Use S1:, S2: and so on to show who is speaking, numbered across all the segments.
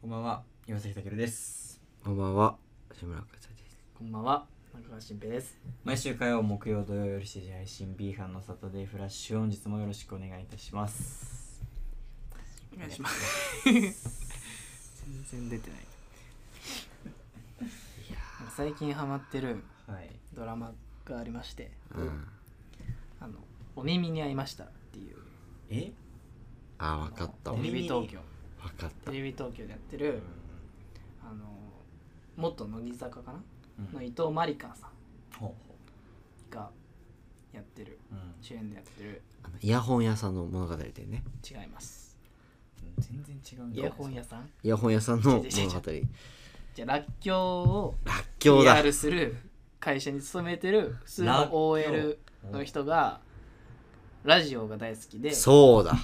S1: こんばんは、岩崎健です。
S2: こんばんは、志村和也です。
S3: こんばんは、中川新平です。
S1: 毎週火曜、木曜、土曜より7時配信 B 班のサタデーフラッシュ本日もよろしくお願いいたします。
S3: お願いします。全然出て ない。なんか最近ハマってる
S1: はい。
S3: ドラマがありまして、
S2: うん。
S3: あのお耳に合いましたっていう
S1: え？
S2: あ、わかっ
S3: テ
S2: た。わ
S1: お
S3: レ
S1: 耳
S3: ビ
S1: に
S3: 東京
S2: かった
S3: テ。レビ東京でやってるあの元乃木坂かな、
S1: うん。
S3: の伊藤真理香さん
S1: ほうほ
S3: がやってる
S1: う。うん。
S3: 主演でやってる
S2: あのイヤホン屋さんの物語だよね。
S3: 違います
S1: 全然違うん
S3: イ
S1: だ
S3: ヤホン屋さん
S2: イヤホン屋さんの
S3: 違う違う違
S2: 物
S3: う
S2: 語。
S3: じゃあらっきょうを
S2: らっきょうだ。
S3: PR する会社に勤めてる普通
S1: らっ
S3: の
S1: きょう
S3: OL の人がラジオが大好きで
S2: そうだ。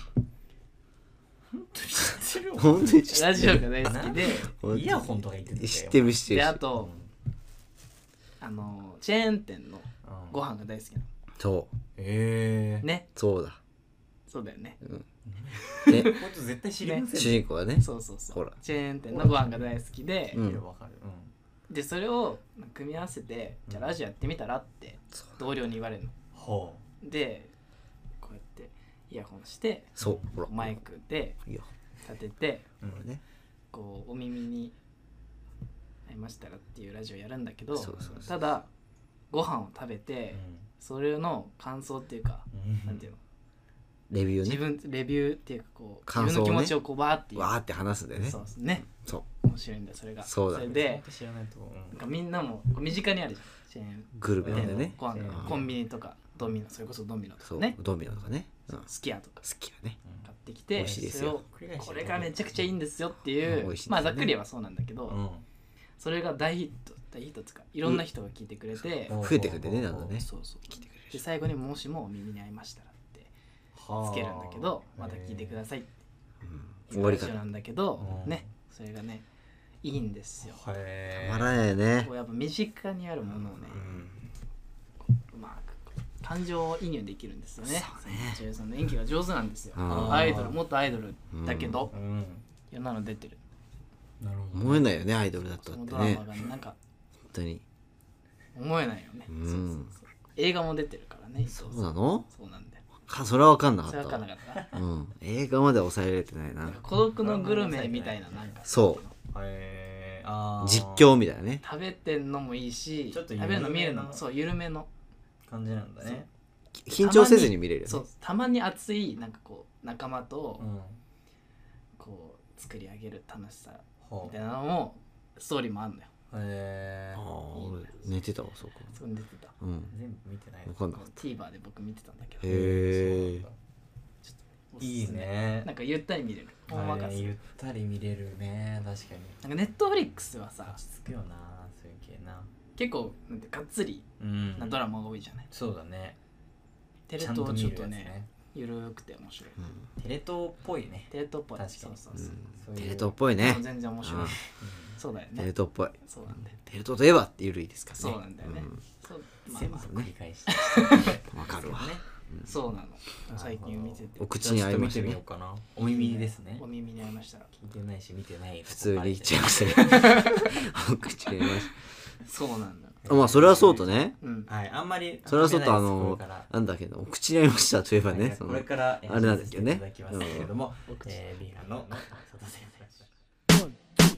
S1: 知ってるわ
S2: 本当に知っ
S3: ラジ
S2: て
S3: オ
S2: る。
S3: が大好きで
S2: ほん
S1: イヤホンとか言ってたよ
S2: 知ってる、知って
S3: で
S2: る
S3: あ。とあのチェーン店の
S1: うん
S3: ご飯が大好きな
S2: そう。
S1: え
S3: のね
S2: そうだ。
S3: そうだよね
S2: で、
S1: え。こいつ絶対知りません
S2: 主
S1: ね。
S2: 人公はね。
S3: そうそうそ
S2: ほ
S3: う
S2: ら
S3: チェーン店のご飯が大好きで
S2: うん
S1: 見ればわかる。うん。
S3: でそれを組み合わせてじゃあラジオやってみたらって
S2: そう
S3: 同僚に言われるの
S1: ほう。
S3: でこうやってイヤホンして
S2: そう。ほら。
S3: マイクで
S2: いいよ。
S3: 立てて
S2: ほらね。
S3: こうお耳に合いましたらっていうラジオやるんだけど
S2: そうそうそう
S3: ただご飯を食べてそれの感想っていうか、
S1: うん
S3: なんていうの
S2: レビュ
S3: 自
S2: ーね。
S3: 分レビューっていうかこう、
S2: 感
S3: 自
S2: 想
S3: 分
S2: を
S3: の
S2: ね
S3: 気持ちをこうバーって言う
S2: わーって話すんだよね
S3: そ。うですね
S2: そう。
S3: 面白いんだよそれが
S2: そうだね
S3: れで
S1: 本当知らないと。うん
S3: なんかみんなもこう身近にあるじゃんチェーン
S2: グルメなん
S3: 店
S2: だ
S3: の
S2: よね。
S3: ご飯が
S2: うん
S3: コンビニとかドミノそれこそドミノと
S2: そ
S3: か
S2: う
S3: ね。
S2: ドミノとかね。うん好
S3: すき家とか
S2: きやね。
S3: 買ってき
S2: 美
S3: て
S2: 味しいです
S3: それを
S2: よ
S3: これがめちゃくちゃいいんですよって
S2: うん
S3: い
S2: 美
S3: う
S2: 味しいですね
S3: まあざっくり言えばそうなんだけど、
S1: うん。
S3: それが大ヒット大ヒットつかいろんな人が聞いてくれて、
S1: うん
S2: 増えてくんでね、なんだね。
S3: そうそうで最後に「もしもお耳に合いましたら」って
S1: つ
S3: つけるんだけどまた聞いてくださいって
S2: うん終わり
S3: 一緒
S2: 方。
S3: なんだけど
S1: うん
S3: ねそれがねいいんですよ
S1: さい。へー
S2: たまらないよね
S3: こう。やっぱ身近にあるものをねうまくこう感情移入できるんですよね
S2: そうね
S3: 女優さんの演技が上手なんですよ
S2: うん
S3: アイドル元アイドルだけど
S1: うん。
S3: いろんなの出てる
S1: なるほど。
S2: 思えないよねアイドルだった
S3: そ
S2: っ
S3: の
S2: て
S3: ドラマ
S2: ね
S3: が
S2: 本
S3: ねなんか
S2: 当に
S3: 思えないよね
S2: うん
S3: そうそうそう映画も出てるからねそ
S2: そうなの
S3: そうなんだよ
S2: かそれは分かんなかっ
S3: そ
S2: た
S3: れは分かんなかった
S2: うん、映画まで抑えられてない
S3: なん
S2: な
S3: か孤独のグルメみたいななんか
S2: そう
S1: えー、あー
S2: 実況みたいなね
S3: 食べてんのもいいし
S1: ちょっと
S3: 食
S1: 緩
S3: べ
S1: め
S3: るの見るの
S1: な
S3: もそう緩めの
S1: 感じなんだね。
S2: 緊張せずに見れる
S3: そ
S2: よ、
S3: う
S2: ね、
S3: たまに熱いなんかこう仲間と
S1: うん。
S3: こう作り上げる楽しさみ
S1: ほ
S3: たいなのもストーリーもあんのよ
S1: う。へえ
S2: ああ俺寝てたわそうか
S3: そこに出てた
S2: うん
S1: 全部見てない
S2: 分かんなかった
S3: TVer で僕見てたんだけど
S2: へ
S1: そう
S2: え
S1: なんだ
S3: ちょっとおすすめ
S1: いいね
S3: なん。かゆったり見れるほんわか
S1: はい
S3: す
S1: ゆったり見れるね。確かに。
S3: なんかネットフリックスはさ
S1: 落ち着くよな、そういう系な。
S3: 結構なんてがっつり
S1: うん
S3: なドラマが多いじゃない
S1: そうだね。
S3: テレ
S1: ちゃ
S3: 東
S1: んと
S3: ちょ
S1: 見
S3: っ
S1: る
S3: と
S1: やつ
S3: ね
S1: ね。
S3: ゆるくて面白い
S1: テレ東っぽいね。
S3: テレ東っぽい
S1: 確かに
S3: そううそうそう、
S1: そ
S2: ん、
S1: ういう
S2: テレ東っぽいね
S3: 全然面白いそうだよ
S2: うんテレ
S3: ね
S2: 東っぽい
S3: そうなんだよ
S2: テレ東といえばっていう類ですからね
S3: そうなんだよね、そうまあ
S1: 全部
S3: まあ
S1: 繰り返して。
S2: 分かるわ、
S1: ね。
S3: そうなの最近見てて
S2: お口に合いまし
S1: ちょ
S2: た
S1: っと見てみよ
S2: ね
S1: うかな。お耳ですね
S3: お。耳に合いましたら
S1: 聞いてないし見てない
S2: 普通に言っちゃいま
S1: し
S2: したね お口に合いまし
S3: そうなんだ
S2: たあまあそれはそうとね
S3: うん
S1: たはいあんまり
S2: それはそうとあ
S1: これ
S2: の
S1: から
S2: なんだっけどお口に合いましたといえば
S1: はい
S2: ね
S1: じゃあ
S2: そ
S1: こ
S2: の
S1: れからえー
S2: あれなんですよね
S1: いただきますけれどもえーリーガンの佐藤先生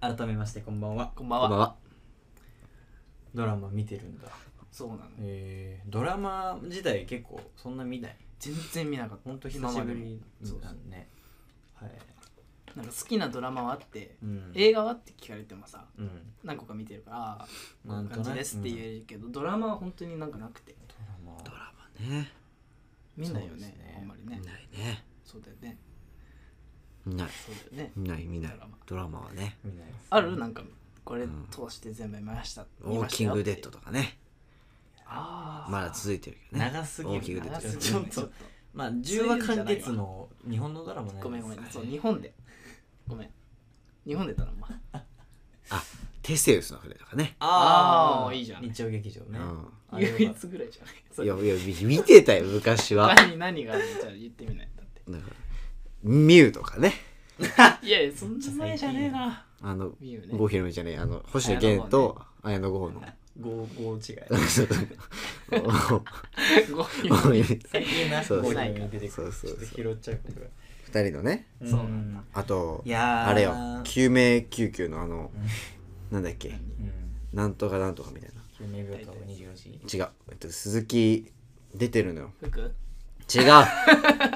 S1: 改めましてこんばんは
S3: こんばん
S2: こ
S3: は
S2: んばんは
S1: ドラマ見てるんだ
S3: そうなの
S1: えードラマ自体結構そんな見ない
S3: 全然見なかった
S1: ほんと久しぶ
S3: 今までも
S1: り
S3: そう
S1: だねはい
S3: なんか好きなドラマはあって、
S1: うん
S3: 映画はって聞かれてもさ
S1: うん
S3: 何個か見てるからあーこ
S1: なんん
S3: な
S1: と
S3: 感
S1: ね
S3: じですって言えるけど、ドラマは本当になんかなくて
S1: ドラマ
S2: ドラマね
S3: 見ないよ
S1: そうで
S3: ね
S1: すね
S3: あんまり
S2: な
S3: ね
S2: いね
S3: そうだよね
S2: ない
S3: そうだよね
S2: 見ない見ない
S3: ドラマ
S2: ドラマはね
S1: 見ないですね
S3: あるなんかこれ
S2: うん
S3: 通して全部見ました、
S2: ウォーキングデッド
S3: と
S2: とかね
S3: ああ
S2: まだ続いてるけどね
S1: 長すぎる
S2: 大きく出て
S3: 長
S2: る
S3: すぎ
S1: ちょ
S3: る
S1: っ
S3: ねちょっ
S1: と
S3: と
S1: まあ10話完結の日本のドラマない
S3: ごめんごめん、
S1: です
S3: そう
S1: かね
S3: 日本でごめん日本でだなお前
S2: あテセウスの船とかね。
S3: あーいいじゃん
S1: 日曜劇場ね。あれ
S3: 唯
S1: は
S3: 一ぐらいじゃない
S2: うん、
S3: そ
S2: い
S3: れ
S2: やいやみ見てたよ昔は。
S3: 他に何があるのじゃあ言ってみないだって
S2: だからミュウとかね。
S3: いやいやそんな前じゃねえな
S2: あの
S3: ミュウね
S2: 郷ひろみじゃねえあの星野源と綾野剛の。
S1: 合合違い。
S2: そうそう
S3: ごめん
S2: おい二
S1: 最近な、
S2: そう
S1: 合
S2: そう
S1: 意に出てく
S2: そう
S1: る。
S2: そ
S1: ち
S2: う
S1: ょ
S2: そ
S1: っ
S2: う
S1: と拾っちゃうことが。
S2: 人のね。
S3: そうなんだ
S1: ん
S2: あと
S1: いやー
S2: あれよ救命救急のあのなんだっけ
S1: うん。
S2: なんとかなんとかみたいな。
S1: 救命病棟24時。
S2: 違う、えっと、鈴木出てるのよ
S3: 服
S2: 違う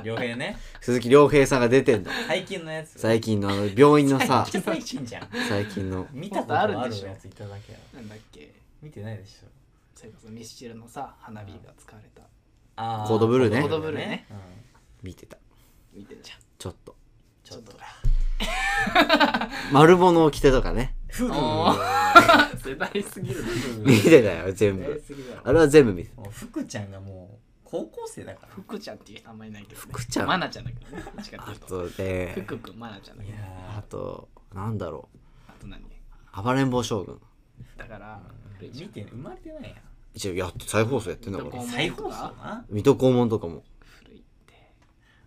S1: 両平 ね。
S2: 鈴木亮平さんが出てんの
S1: 最近のやつ。
S2: 最近のあの病院のさ
S1: めっちゃ最近じゃん。
S2: 最近の
S1: 見たことあるやついただけやろ。
S3: なんだっけ
S1: 見てないでしょ。
S3: それこそミスチルのさ花火が使われた
S1: あー
S2: コードブルーね
S3: コードブルーね。
S1: うん
S2: 見てた
S3: 見てんじゃん
S2: ちょっと
S1: ちょっと。
S2: 丸物を着てとかね
S1: フル
S3: お世代すぎる
S2: 見てたよ全
S3: 世代
S2: 部
S3: すぎだろ
S2: あれは全部見てた
S1: もう福ちゃんがもう高校生だか
S3: 福ちゃんっていう人あんまりいないけど、ね、
S2: 福ちゃん
S3: マナちゃんだけどねどっちかっ
S2: あ
S3: ていうと
S2: とね
S3: 福くんマナちゃんだ
S1: ら。い
S3: けど
S1: や
S2: あとなんだろ
S3: あと何
S2: う暴れん坊将軍
S3: だから古い
S1: ー
S3: じゃ
S1: 見
S3: ん
S1: て生まれてないやん。
S2: 一応やっと再放送やってんだか
S3: ど
S2: ら
S3: こ
S1: 再放送な。
S2: 水戸黄門とかも
S3: 古いって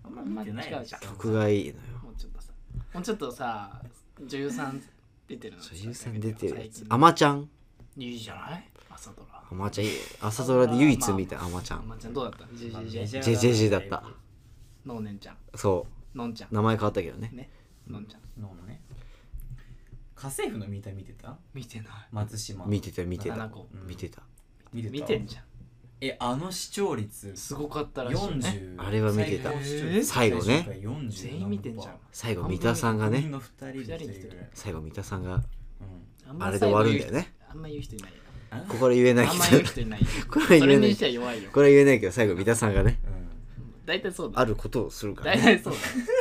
S1: あんま見てない
S3: あんま違うじゃん
S2: 曲がいいのよ
S3: もうちょっとさもうちょっとさ女優さん出てるの
S2: 女優さん出てるやつ
S3: 最近
S2: あまちゃん
S3: いいじゃない朝ドラ
S2: あまちゃんいい朝ドラで唯一見たあまちゃ
S3: あ
S2: ん
S3: まちゃんどうだったジェジェジェ
S1: メ
S3: ジ
S1: ジャ
S3: ェ
S1: ー
S2: ジェジェジェだった
S3: のうねんちゃん
S2: そ
S3: のんちゃん
S2: う名前変わったけどね
S3: ねのんちゃん
S1: のもね。家政婦の見た見てた
S3: 見てない
S1: 松島。
S2: 見てた見てた
S3: 七個
S1: うん
S2: 見てた
S1: 見てた
S3: 見てんじゃん
S1: え、あの視聴率
S3: すごかったらしいよね
S1: 40。
S2: あれは見てた
S1: 最高視聴率
S2: 最後ね。
S1: 40
S3: 全員見てんじゃん
S2: 最後三田さんが
S1: がね。
S2: ね
S1: の二人で一人ぐらい。
S2: 最後三田さんが
S1: うん
S3: んま
S2: あれで終わるんだよね
S3: あんま言う人いないよ
S2: ここで言えない
S3: あんま言う
S2: け
S3: 人いないよ
S2: これは言えない
S3: それにしては弱いよ
S2: どこれは言えないけど最後三田さんがね
S1: うん
S3: 大体そうだ
S2: あることをするから
S3: 大体
S2: ね
S3: そ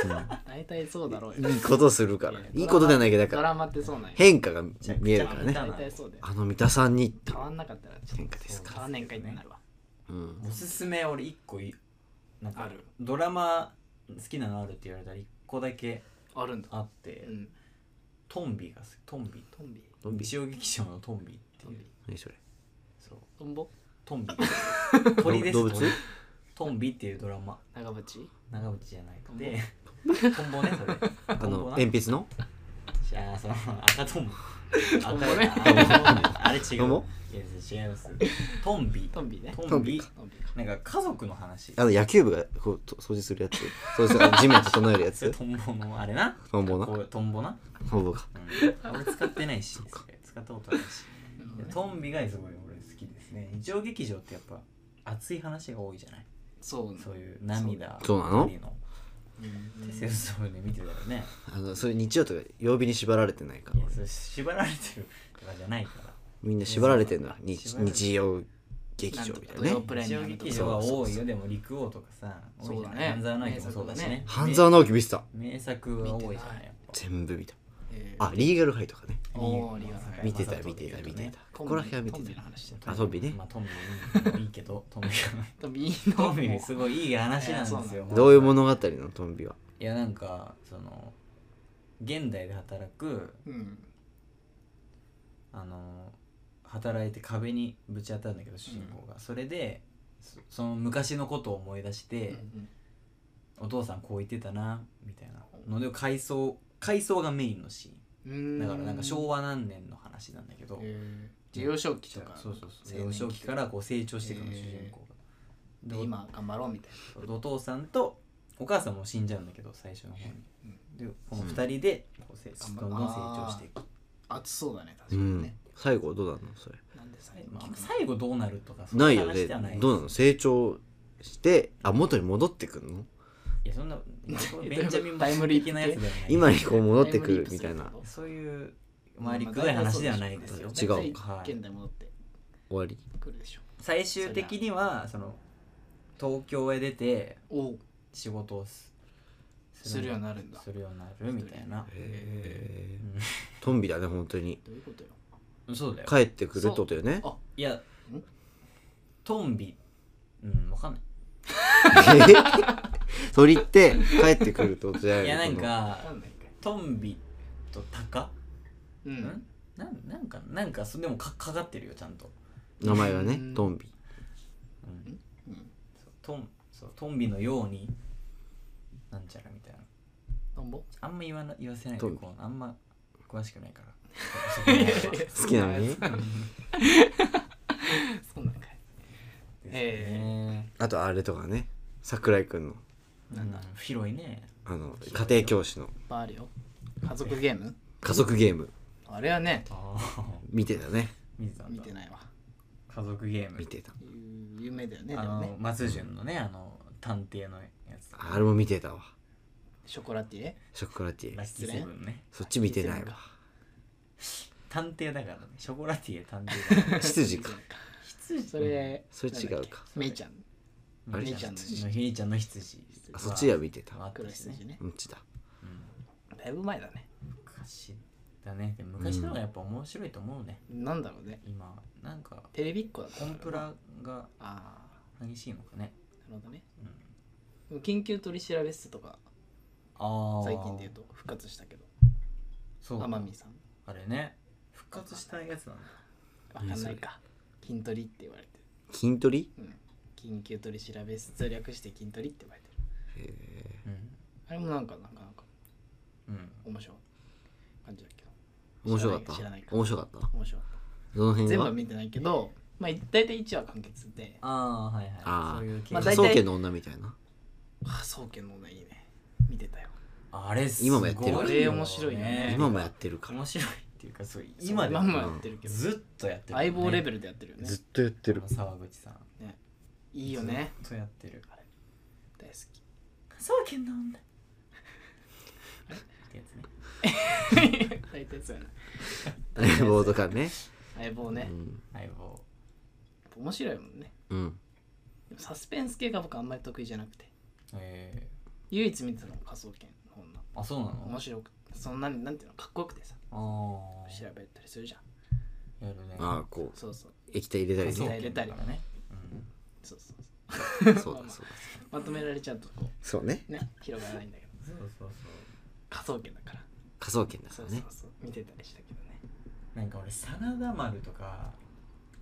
S3: うだよ大体そうだろうよ
S2: いいことをするから
S3: や
S2: いいことじゃないけどだ
S3: ド
S2: から
S3: ラマってそうなんよ
S2: 変化が見えるから
S1: じゃ
S2: ね
S1: あ
S3: 大体そうだよ
S2: あの三田さんにって
S3: 変わんなかったらちょっと
S2: 変化です
S1: か
S3: 変わんねんかいってなるわ
S2: うん
S1: おすすめ俺一個いなんか
S3: ある
S1: ドラマ好きなのあるって言われたら一個だけ
S3: あるんだ
S1: あって
S3: うん
S1: トンビが好きトンビ
S3: トンビ
S2: トンビ
S1: 日曜劇場のトンビって
S3: ト
S1: い
S3: ン
S1: う
S3: ビ
S2: 何それ
S1: そう
S3: トンボ
S1: トンビ鳥です
S2: 動物
S1: 鳥トンビっていうドラマ
S3: 長渕
S1: 長渕じゃなくてトンボねそれ
S2: あ
S1: トンボ
S2: の
S1: な
S2: 鉛筆の
S1: いやその赤トンボ
S3: トンボね
S1: 赤いあれ違
S2: ト
S1: う
S2: ンボ
S1: いや違いますトンビ
S3: トンビね
S1: トンビ
S3: トンビか
S1: なんか家族の話
S2: あの野球部がこうと掃除するやつ掃除するあの地面整えるや
S1: それ
S2: つ
S1: トンボのあれな
S2: トンボな
S1: こうトンボな、
S2: トンボか
S1: うん、俺使ってないし使ったことないし
S3: なるほどね
S1: トンビがすごい俺好きですね日曜劇場ってやっぱ熱い話が多いじゃない
S3: そうね
S1: そういう涙
S2: そうなの
S1: テ
S3: うん
S1: セウスをね見てたよね
S2: あのそういう日曜とか曜日に縛られてないか
S1: い
S2: ら
S1: やそれ縛られてるとかじゃないから
S2: みんな縛られてんのよ日
S1: 縛られてる
S2: 日曜劇場みた
S3: なんとか
S2: いな
S3: 土曜
S2: ね
S3: プレミ
S1: 日
S3: ア
S1: 曜
S3: ムと
S1: 劇
S3: か
S1: 場は多
S2: そう
S1: い
S2: そ
S1: よでも陸王とかさ
S3: そうだね
S1: 多いじゃない半沢直樹もそうだしね
S3: 名
S2: 半沢直樹見てた
S1: 名作は多いじゃないやっぱ
S2: 全部見た
S3: えー
S2: あリーガルハイとかね
S3: おーリアルハイ
S2: 見てた見てた見てたここら辺は見
S3: トンビ
S2: て
S3: の
S2: た
S3: 話してた
S2: あトンビね
S1: まあトンビもいいけどトンビが
S3: トンビいい
S1: ト
S3: の
S1: ンビ
S3: も
S1: すごいいい話なんですよ
S2: どういう物語のトンビはい
S1: やなんかその現代で働く
S3: ううん
S1: あの働いて壁にぶち当たるんだけど主人公が、それでそその昔のことを思い出して、
S3: うん
S1: お父さんこう言ってたなみたいなので回想回想がメインのシ
S3: うん
S1: ーンだからなんか昭和何年の話なんだけど、
S3: えー幼少期とか
S1: そうそうそう幼少期かららこう成長していくの
S3: へ
S1: 主
S3: ー
S1: 人公が、
S3: で今頑張ろうみたい
S1: おお父さんとお母さんも死んじゃうんだけど最初の方に
S3: な
S1: でこの2人でこうせ
S3: 頑張
S1: どんどん成長していく
S3: 熱そうだね確
S2: う
S3: かにね
S2: ん最後どうなのそれ
S3: なんで最
S1: まあ
S3: 後
S1: 最後どうなるとかそう
S2: ない
S1: いう
S2: よ
S1: 話
S2: ね
S1: ではない
S2: どうなの成長してあ元に戻ってくるの
S1: いやそん なベンジャミン
S3: タイムリープ
S1: 的なやつではない
S2: 今にこう戻ってくるみたい
S3: タイ
S2: な
S3: ムリープ
S1: そういう回りくどい話ではないですよ、
S2: 違う
S3: 大体
S1: はい
S3: 現代戻って
S2: 終わり
S3: くるでしょ
S1: 最終的にはその東京へ出て
S3: おう
S1: 仕事をす
S3: するようになるんだ
S1: するようになるみたいな、
S2: へートンビだね本当に
S3: どういうことよ
S1: うん、そうだよ
S2: 帰ってくるってことよね
S3: そう
S1: いやトンビうんわかんない
S2: 鳥って帰ってくるってことじゃない
S1: いやなん
S2: この
S1: か
S3: わかんないんかい
S1: トンビとタカ
S3: うん
S1: んなんなんかなんかそでもかかかってるよちゃんと、
S2: 名前がね
S3: うん
S2: トンビ
S1: うん、
S3: うん
S1: そうトンそうトンビのようになんちゃらみたいな
S3: トンボ
S1: あんま言わな言わせない
S2: ト
S1: で
S2: ンビ
S1: こうあんま詳しくないから
S2: 好きなのね
S3: そんなんかい
S1: え
S2: あとあれとかね桜井くんの
S1: ー、なんだ広いね
S2: あの家庭教師の
S3: っぱいあるよ家族ゲーム
S2: 家族ゲーム
S3: あれはね
S1: ああ
S2: 見てたね
S1: 見てたん
S3: 見
S1: だ
S3: てないわ
S1: 家族ゲーム
S2: 見てた
S3: 有有名だよねで
S1: あ
S3: もね
S1: の松潤のねあの探偵のやつ
S2: あれも見てたわ
S3: ショコラティエ
S2: ショコラティエ
S1: ラッキーセブンね
S2: そっち見てないわ
S1: 探偵だからねショコラティエ探偵 だ
S2: 執事か
S3: 羊それ
S2: それ違
S3: なんだっ
S2: うか
S3: けめいちゃん
S2: あれ
S1: めいちゃんの羊めいちゃんの羊
S2: あそっちは見てた
S1: あった
S3: 黒い
S1: ですね
S3: 羊ね
S2: うんちだ
S3: だいぶ前だね
S1: 昔だねでも昔の方がやっぱ面白いと思うね、
S3: なんだろうね
S1: 今なんか
S3: テレビっ子だった
S1: コ
S3: の
S1: ンプラが
S3: あ
S1: 激しいのかね、
S3: あなるほどね
S1: うん、
S3: でも緊急取り調べ室とか
S1: ああ
S3: 最近で言うと復活したけど
S1: そう
S3: 天海さん
S1: あれね復活したやつなんだ
S3: わかんないか筋トリって言われて
S2: 筋トレ
S3: る、うん、緊急取り調べ室略して筋トリって言われてる
S1: うん、
S3: あれもなんかなんかなんか
S1: うん、
S3: 面白い感じだけど
S2: 面白かった
S3: 知らないか
S2: 面白かった
S3: 面白かっ
S2: どの
S3: た
S2: 辺
S3: 全部は
S2: が
S3: 見てないけどまあ大体1話完結で
S1: ああはいはい
S2: あ
S1: そういう系、
S3: ま
S2: あ
S3: あ
S2: 科
S3: 大体
S2: 捜研の女みたいな
S3: あ宗家のねいいね見てたよ
S1: あれすごい
S2: 今もやってる
S1: よね
S3: あれ面白いよね
S2: 今もやってる から
S1: 面白いっていうかそう今で
S3: まんまやってるけど
S1: ずっとやってる、
S3: 相棒レベルでやってるよね
S2: っとやって
S1: ル 沢口さん
S3: いいよね
S1: ずっとやってる
S3: 大好
S1: そうけんの女ってやつね
S3: き 大体そうやな
S2: 相棒とかね
S3: 相棒
S2: う
S3: ね、
S2: ん
S1: 相棒
S3: 面白いもんね
S2: うん
S3: でもサスペンス系が僕あんまり得意じゃなくて
S1: え
S3: 唯一見てたのが科捜研の女
S1: ー、あそうなの
S3: 面白くそんなになんていうのかっこよくてさ
S1: あ
S3: 調べたりするじゃん
S1: あやるね
S2: ああこう
S3: そうそう
S2: 液体入れたり
S1: そう
S2: ね
S3: 入れたり
S1: だからね、
S3: そうそうそう
S2: そうだそうだ
S3: まとめられちゃうとこ
S2: そうね
S3: うね広がらないんだけど
S1: うん、そうそうそう
S3: 科捜研だから
S2: 科捜研だか
S3: そう
S2: ら
S3: そう
S2: ね
S3: そう見てたりしたけどね
S1: なんか俺真田丸とか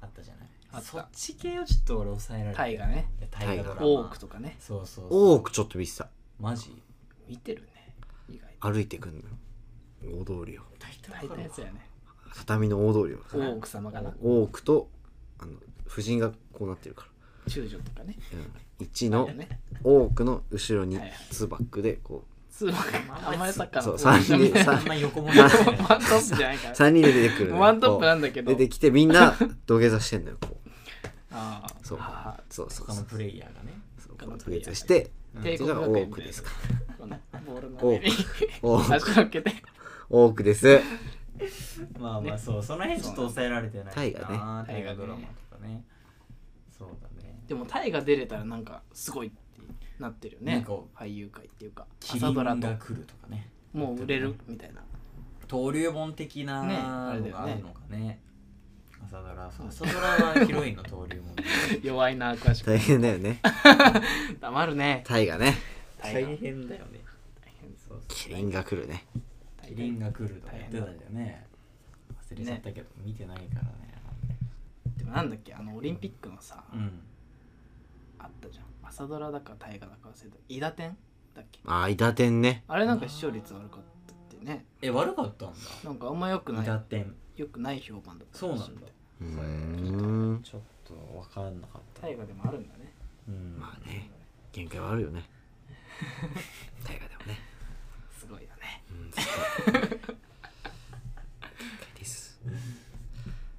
S1: あったじゃない
S3: あった
S1: そっち系をちょっと俺抑えられ
S3: 大河ね
S1: いや大河ドラマ
S3: 多くとかね
S1: そうそうそう
S2: 多くちょっと見てた
S1: マジ
S3: 見てるね意外と
S2: 歩いてくんのよ大通りを
S1: 大体
S3: 大
S1: わかる
S3: 体
S1: わ
S3: そうやね
S2: 畳の大通りを
S1: ん
S3: 大奥様かな
S2: 多くとあの婦人がこうなってるか
S3: 中女とかね
S2: ら、うん、1
S3: あ
S2: の
S3: れね
S2: 多くの後ろに
S3: はいはい
S2: 2バックでこ
S3: ツーマンあんまりサッカー
S2: そ
S3: の
S2: う三人で
S1: あんま横 もやってない
S3: ワントップじゃないか
S2: う
S3: ら
S2: 3人で出てくるのよ
S3: ワントッ
S2: こう
S3: プなんだけど
S2: 出てきてみんな 土下座してんのよこう
S3: ああ
S2: そう
S3: は
S2: そうそう
S1: 他
S2: そ
S1: の
S2: う
S1: プレイヤーがね
S2: そう
S3: 他の
S2: 土下座して
S3: あ
S2: そ
S3: 帝
S2: れ
S3: 国
S2: が
S3: 学
S2: 多
S3: 園
S2: くですか
S3: このボールの
S2: 多
S3: 上
S2: く
S3: に
S2: 多く
S3: 足を受けて
S2: 多くです
S1: まあまあそうその辺ちょっと抑えられてない
S2: 大河ね
S1: な大
S3: 大
S1: 河
S3: 河
S1: ド
S3: ド
S1: ラ
S3: ラ
S1: マ
S3: マ
S1: とかねそうだね
S3: でもタイが出れたらなんかすごいってなってるよ
S1: なん
S3: ね
S1: か
S3: 俳優界っていうか
S1: キ
S3: 朝
S1: リン
S3: ドラと
S1: が来るとかね
S3: もう売れるみたいな
S1: 登竜門的な
S3: ね
S1: の
S3: あれだよね
S1: があるのかね朝ドラそう朝ドラはヒロインの登竜 門
S3: 弱いな詳しく
S2: 大変だよね
S3: 黙るね
S2: タイがね
S3: 大変
S1: 変だよね
S3: 大変
S1: そうそう
S2: キリンが来るね
S1: キリンが来るとかやってたんだよね忘れちゃったけど見てないからね
S3: でもなんだっけあのオリンピックのさ
S1: うん
S3: あったじゃん朝ドラだか大河だか忘れた伊ダ天だっけ
S2: ああ伊達天ね
S3: あれなんか視聴率悪かったってね
S1: え悪かったん
S3: なんかあんま良く
S1: だ
S3: な
S1: 歌
S3: い
S1: ってん
S3: 良くない評判だった
S1: そうなんだ
S2: うーん
S1: ちょっと分かんなかった
S3: 大河でもあるんだね
S1: うん
S2: まあね限界はあるよね大河でもね
S3: すごいよね
S2: うんです。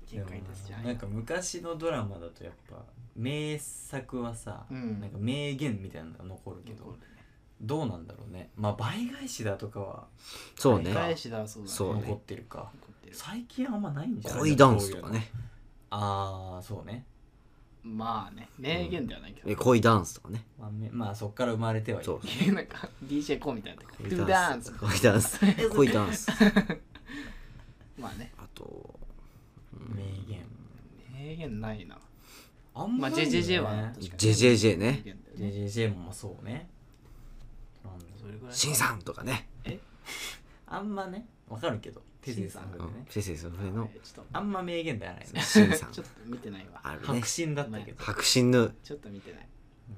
S3: 限界ですじゃ
S1: でもなんか昔のドラマだとやっぱ名作はさ、
S3: うん
S1: なんか名言みたいなのが残るけど、どうなんだろうねまあ倍返しだとかは
S2: そう
S3: ね
S2: ね。
S3: 返しだそうだね
S2: そうね
S1: 残ってるか、
S3: 残ってる
S1: 最近あんまないんじゃない
S2: 恋ダンスとかね。
S1: ああそうね、
S3: まあね名言ではないけど、
S2: え恋ダンスとかね。
S1: まあ、めまあそっから生まれてはいる
S2: そう。
S3: なんか DJ コーみたいなとこト
S2: 恋
S3: ゥーダンス
S2: 恋ダンス。恋ダンス。
S3: まあね
S2: あと、
S1: 名言
S3: 名言ないな
S1: あんま
S3: まあ
S1: ないよね
S3: JJJ は確かに
S2: JJJ
S3: 名
S2: ね。
S3: 言だよね
S1: JJJ もそうねなんだろう
S3: それぐらい
S2: シンさんとかね。
S3: え
S1: あんまねわかるけどテセウスの
S3: シン
S1: 船
S2: う
S1: ね
S2: ん、先生その
S3: ち
S2: 船の
S3: ょっ
S1: あんま名言ではないね
S2: シンさ
S3: と
S2: ん
S3: ちょっと見てないわ
S2: あるね
S1: 白真だったけど
S2: 白真の
S3: ちょっと見てない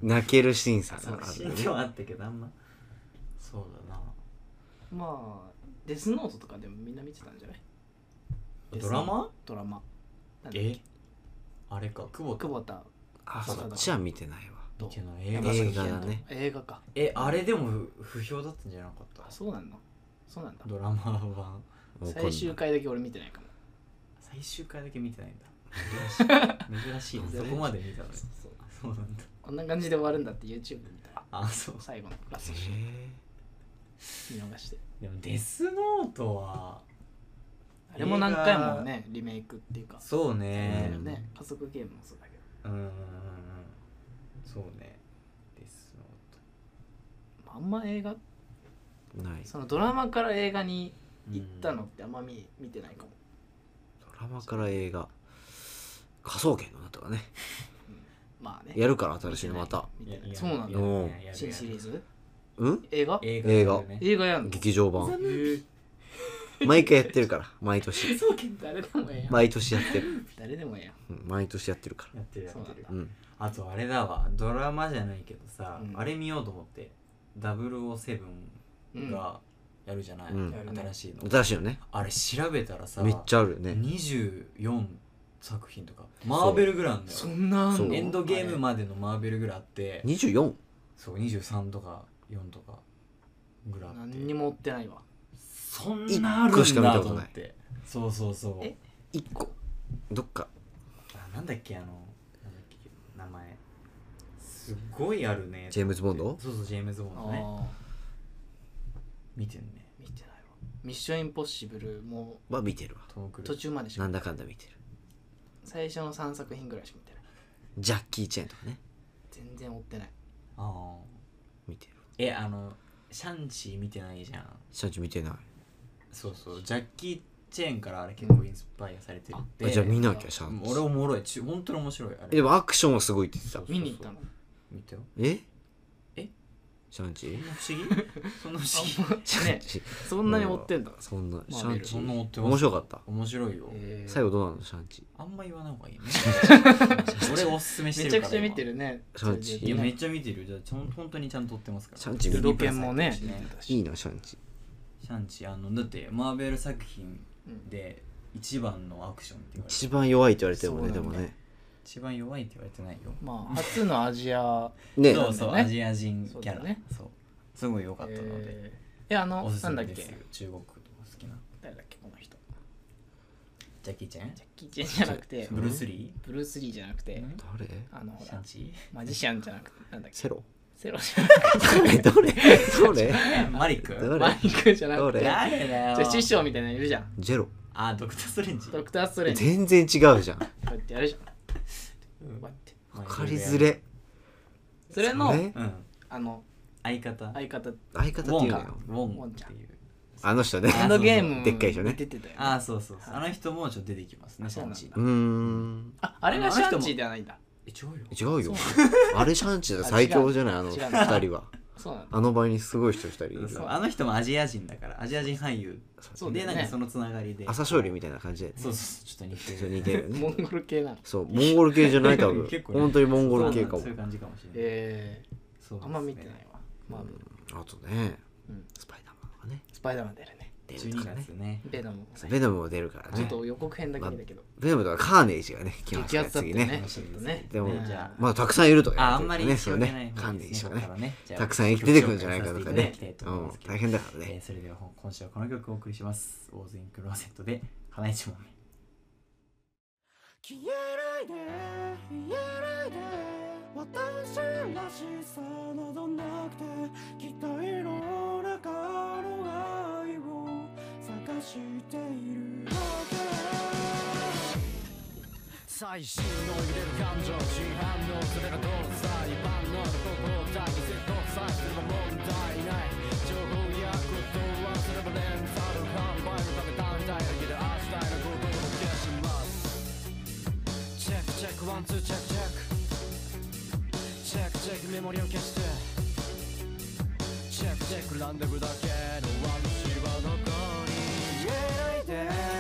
S2: 泣けるシンさんが
S1: 白
S2: あ
S1: 真
S2: るね
S1: ではあったけどあんまそうだな
S3: まあデスノートとかでもみんな見てたんじゃない
S1: ドラマ
S3: ドラマなんだっけ
S1: えあれか久保田
S3: 久保田
S2: あそっちは見てないわ
S3: と
S1: 見てない映画
S3: 山崎
S2: 映
S3: 賢
S2: 画
S3: 人
S2: だね
S3: 映画か
S1: えあれでも不不評だったんじゃなかった
S3: あそうなんだそうなんだ
S1: ドラマ版
S2: もう今度
S3: 最終回だけ俺見てないかも
S1: 最終回だけ見てないんだ珍しい珍しいねそこまで見たのよ
S3: そう
S1: そうなんだ
S3: こんな感じで終わるんだって YouTube で見た
S1: あそう
S3: 最後のラストシーン
S2: え
S3: 見逃して
S1: でもデスノートは
S3: あれも何回もねリメイクっていうか
S1: そう
S3: ね
S1: ね
S2: うん
S3: 家族ゲームもそうだけど
S1: うんうんうんうんそうねデスノート
S3: まああんま映画
S2: ーない
S3: そのドラマから映画に行ったの
S1: うん
S3: ってあんま見見てないかも
S2: ドラマから映画科捜研のなとかね
S3: まあね
S2: やるから新しいのまた
S3: 見てない
S1: いや
S3: そうなん
S1: い
S3: だ
S1: や
S2: よ
S1: いやいや
S3: 新シリーズ
S2: うん
S3: 映画
S1: 映
S2: 映
S1: 画だ
S2: 画
S1: よね
S3: 映画やんの
S2: 劇場版
S3: え
S2: 毎回やってるから毎年
S3: そうけん誰でもええやん
S2: 毎年やってる、
S3: 誰でもええやん
S2: うん、毎年やってるか
S1: やってるや
S3: そうな
S1: って
S3: ん
S1: る
S3: だ
S2: らうん
S1: あとあれだわドラマじゃないけどさ
S3: うん
S1: あれ見ようと思って007
S3: うん
S1: がやるじゃない
S2: うん
S1: 新しいの
S2: 新しいよね
S1: あれ調べたらさ
S2: めっちゃあるよね
S1: 24作品とかマーベルぐらいあんだ
S3: そ
S1: よ
S3: んなあんの
S2: そう
S1: エンドゲームまでのマーベルぐらいあって
S2: 24
S1: そう23とか4とかぐらいあっ
S3: 何に
S1: て
S3: も追ってないわ
S1: そんなある
S2: 一個し
S1: ん
S2: か見
S1: だ
S2: た
S1: と
S2: こと
S1: 思
S2: な
S1: っ
S2: い
S1: てそうそうそ
S3: え
S1: う
S2: 1個どっか
S1: あなんだっけあのなんだっけ名前すごいあるね
S2: ジェームズボンド
S1: そうそうジェームズ・ボンドね
S3: ああ
S1: 見てるね
S3: 見てないわミッションインポッシブルも
S2: は見てるわ
S1: トム・クル
S3: う
S1: ー
S3: 途
S1: ズ
S3: 中までし
S2: な
S3: か
S2: んだかんだ見てる
S3: 最初の3作品ぐらいしか見てない
S2: ジャッキー・チェンとかね
S3: 全然追ってない
S1: ああ
S2: 見てる
S1: えあのシャンチー見てないじゃん
S2: シャンチ見てない
S1: そうそうジャッキー・チェーンからあれ結構インスパイアされてるって
S2: あじゃあ見なきゃシャンチ
S1: 俺おもろいち本当に面白いあ
S2: え
S1: れ
S2: でもアクションはすごいって言ってた
S1: そう
S3: 見に行ったの
S1: 見てよ
S2: え
S1: え
S2: シャンチ
S1: そ
S2: ー
S1: んな不思議そんな不思議
S2: シャン
S3: ね
S2: チー
S3: そんなに追ってんだ
S2: そんな
S3: まあ
S2: シャン
S3: 見
S2: チ
S1: そんな追って
S2: ー
S1: ます
S2: 面白かった
S1: 面白いよ、
S3: えー
S2: 最後どうなのシャンチ
S1: あんま言わない方がいいね俺おすすめして
S3: め
S1: るか
S3: ちゃ
S1: ら
S3: くちゃ見てるね
S2: シャンチ
S1: 今いや
S3: め
S1: め
S3: っ
S1: っちゃ見てるじゃあちゃん本当にちゃんと撮ってますから
S2: シャンチ
S1: 見て
S2: 見て
S3: ルロケンもね
S1: くださいね
S2: ーいいなシャンチ
S1: シャンチーあのだってマーベル作品
S3: うん
S1: で一番のアクションって言われて
S2: 一番弱いって言われてもね
S3: そ
S2: で
S3: うなん
S2: も
S3: だ
S2: ね
S1: 一番弱いって言われてないよ
S3: まあ初のアジア
S2: ね
S1: そうそう、
S3: なんだよね
S1: アジア人キャ
S3: そう
S1: ラ
S3: だね
S1: そうすごい良かったので、
S3: えーえあの
S1: おすす
S3: なんだ
S1: め
S3: っ
S1: で
S3: け
S1: す中国とか好きな
S3: 誰だっけこの人
S1: ジャッキーちゃん
S3: ジャッキー・チェンじゃなくて
S1: ブルース・リ
S3: ブルース・リーじゃなくて
S1: ー
S2: 誰
S3: あのほ
S1: シャ
S3: ら
S1: ンチ
S3: マジシャンじゃなくてなんだっけ
S2: セロ
S3: セロじゃなく
S2: どれどれどれ
S1: ーマリック
S2: ど
S3: て
S2: れ
S3: マイクじゃなくてじ
S2: どれ
S1: 誰だよ
S3: ゃあ師匠みたいなのいるじゃん
S2: ジェロ
S1: あドクター・ストレンジ
S3: ドクター・ストレンジこ
S2: 全然違うじゃ
S3: う
S2: ん
S3: やってやるじゃんこ
S1: うん
S3: うやって
S1: まあ
S2: わかりづれ
S3: それの
S2: え
S1: うん
S3: あの
S1: 相方
S3: 相方
S2: 相方っていうの
S1: ウ
S2: よ
S1: ォン
S3: ウォンちゃん
S1: っていう
S2: あの人ね
S1: あ
S3: エンドゲー
S1: そう
S3: ム
S2: でっかい人ね
S3: 出てたよね
S1: ああそうそうそうあの人もちょっと出てきますねシャンチ
S2: うーん
S3: ああれがシャンチーではないんだ
S1: え違うよ
S2: 違うよあれシャンチーだ最強じゃないあの
S3: 違う
S2: 二人は
S3: そうなんだ
S2: あの場にすごい人二人いるよ
S1: そうあの人もアジア人だからアジア人俳優
S3: そうだ
S1: で
S3: よ
S1: なんか
S3: ね
S1: そのつながりで
S2: 朝青龍みたいな感じで
S1: そうそうちょっと似てる
S2: 似てるよ
S3: モ
S2: ね
S3: ンゴル系なの
S2: そうモンゴル系じゃない多 分
S1: 結構ね
S2: 本当にモンゴル系かも
S1: そういう感じかもしれない
S3: え
S1: そう
S3: ー、
S1: です
S3: あん
S1: ね
S3: ま見てないわまあ、
S2: あとね
S3: うん
S2: スパイダーマンとかね
S3: スパイダーマン出るね
S2: 出るとか
S1: 12
S2: ね
S1: 月ね
S3: ベノムも
S2: ベノムも出るから
S3: ちょっ
S2: ね
S3: と予告編だけ見たけど、
S2: ベノムとかカーネージがね来ます
S3: 激
S2: か
S3: ア
S2: ら
S3: ツだった
S2: 次
S3: よ
S2: ね
S3: ねちょっとね
S2: でも
S1: ねじゃあ
S2: まだたくさんいるとか言わ
S1: あ
S2: れ
S1: あ
S2: て
S1: んまり
S2: るからね
S1: 印
S2: そ
S1: 象
S2: う
S1: がない方
S2: ねカー
S1: ですねここからね
S2: ネージとかね
S1: じゃあ
S2: たくさん生きて出てくるんじゃないかとか
S1: 紹介
S2: ね
S1: させていただきたいと
S2: う
S1: 思い
S2: ん
S1: ますけど
S2: 大変だから
S1: え
S2: ね
S1: ーそれでは今週はこの曲をお送りしますオーズインクローゼットで花一問目
S4: 消えないで消えないで私らしさなどなくて期待の中の愛を探している最終の揺れる感情真反応それがどうさ一般の心を抱き絶倒さえすれば問題ない情報やことはすればレンタル販売のため単体だけで明日へのことを消しますチェックチェックワンツーチェックチェックチェックチェックメモリを消してチェックチェックランデブだけの私は残り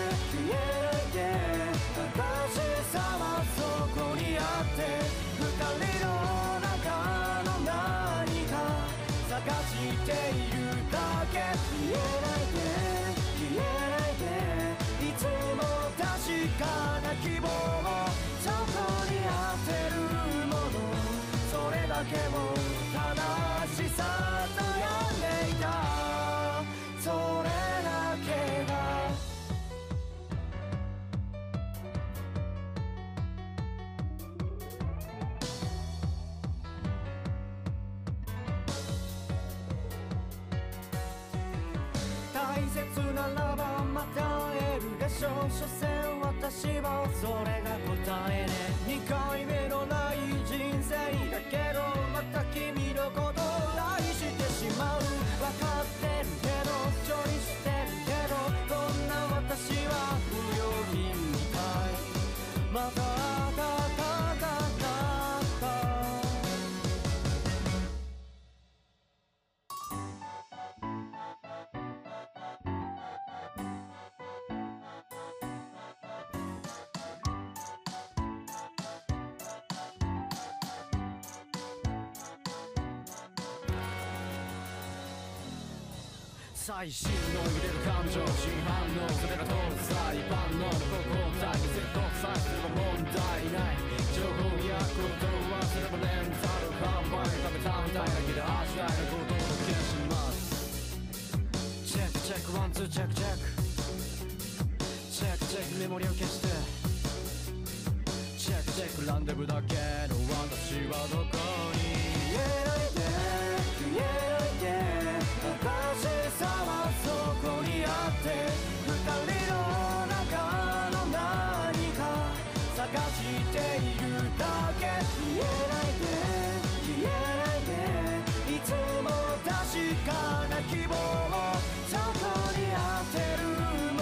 S4: ならばまた会えるが所詮私はそれが答えね2回目のない人生だけどまた君のことを愛してしまう分かってるけど処理してるけどこんな私は不良品みたいまたただただただ最新の揺れる感情真反応それが通る際万能の交代絶好さえすれば問題ない情報やことはすればレンタル販売食べたみたいだけど味わえることを消しますチェックチェックワンツーチェックチェックチェックチェックメモリを消してチェックチェックランデブだけの私はどこに消えないで消えないで私さはそこにあって二人の中の何か探しているだけ消えないで消えないでいつも確かな希望そこにあってるもの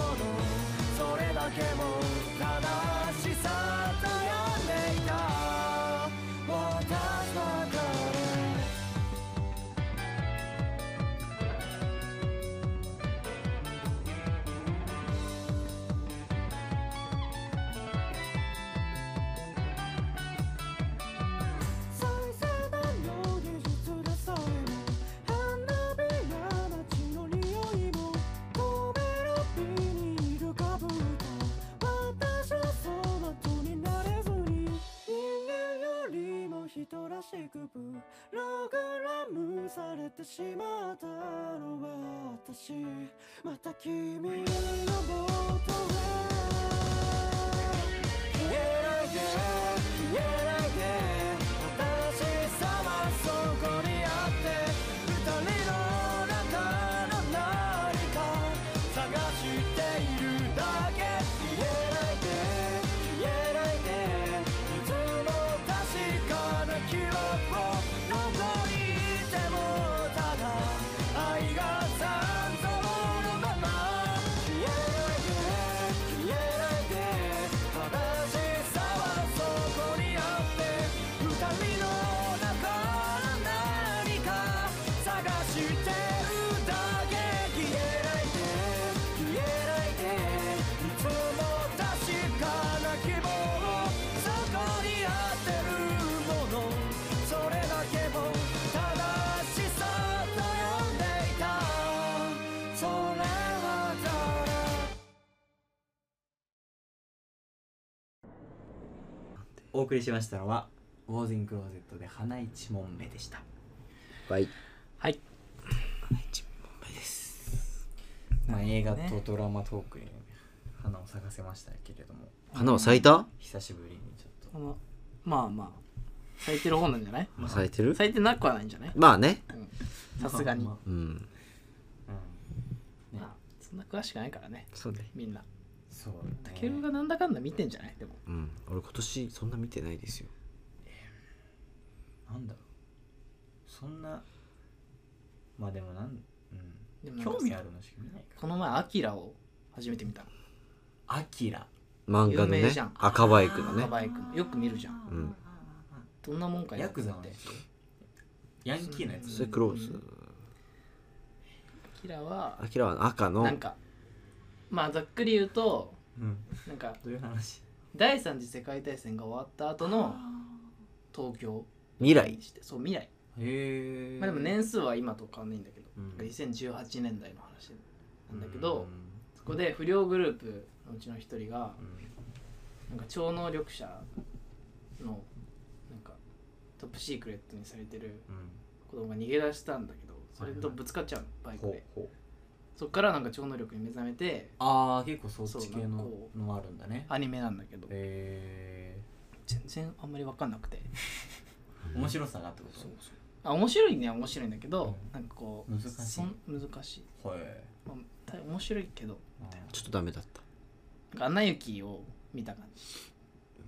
S4: それだけも正しさ悩んでいた私は彼最先端の技術でさえも花火や街の匂いも飛べるビニールかぶった私はその後になれずに人間よりも人らしくプログラムされてしまったのは私また君の元へ消えないで消えないで私さはそこにあって二人の中の何か探しているだけ消えないで消えないでいつも確かな記憶をどこにいてもただ愛が残像のまま消えないで消えないで正しさはそこにあって二人の中の何か探してるだけ消えないで消えないでいつも確かな希望そこにあってるものそれだけも正しさ悩んでいたそれは誰
S1: お送りしましたのは「ウォーズ・イン・クローゼット」で花一問目でした
S2: はい
S3: はい
S2: 1問目です
S1: まあ、映画
S3: ね
S1: とドラマトークに花を咲かせましたけれども
S2: 花は咲いた
S1: 久しぶりにちょっ
S3: このまあまあ咲いてる方なんじゃない
S2: まあ咲いてる
S3: 咲いてなくはないんじゃない
S2: まあね
S1: と
S3: さすがに
S1: まあ
S2: うん
S1: うんね
S3: まあそんな詳しくないからね
S2: そうね
S3: みんな
S1: そう
S3: タ
S1: だ
S3: ケル
S1: ね
S3: がなんだかんだ見てんじゃないでも
S2: うん俺今年そんな見てないですよ
S1: なんだろうそんなまあでもなん、う
S3: で
S1: ん、
S3: もなんか
S1: 興味あるのしか見ないか
S3: この前アキラを初めて見たの
S1: アキラ
S2: 漫画の
S3: 有名
S2: ね
S3: じゃん
S2: 赤バイクのね
S3: 赤バイクのよく見るじゃん
S2: うん
S3: どんなもんかよ
S1: ヤクザの
S3: って
S1: やつヤンキーのやつ
S2: それクローズ
S3: アキラは
S2: アキラは赤の
S3: なんかまあざっくり言うと
S1: うん
S3: なんか
S1: どういう話
S3: 第三次世界大戦が終わった後の東京
S2: 未来
S3: してそう未来
S1: へえ
S3: まあでも年数は今と変わんないんだけど、
S1: うん
S3: 2018年代の話なんだけど、そこで不良グループのうちの一人が
S1: うん
S3: なんか超能力者のなんかトップシークレットにされてる
S1: うん
S3: 子供が逃げ出したんだけどそれとぶつかっちゃうのバイク
S1: ほう
S3: で
S1: ほう
S3: そっからなんか超能力に目覚めて
S1: ああ結構そっち系
S3: そうなんか
S1: の
S3: こう
S1: のもあるんだね
S3: アニメなんだけど
S1: へ
S3: 全然あんまり分かんなくて
S1: え面白さがってこと
S3: そうあ面白いね面白いんだけど、
S1: うん
S3: なんかこう
S1: 難しい
S3: そん難しい、
S1: はい
S3: まあ対面白いけど
S2: ちょっとダメだった
S3: 「アナ雪」を見た感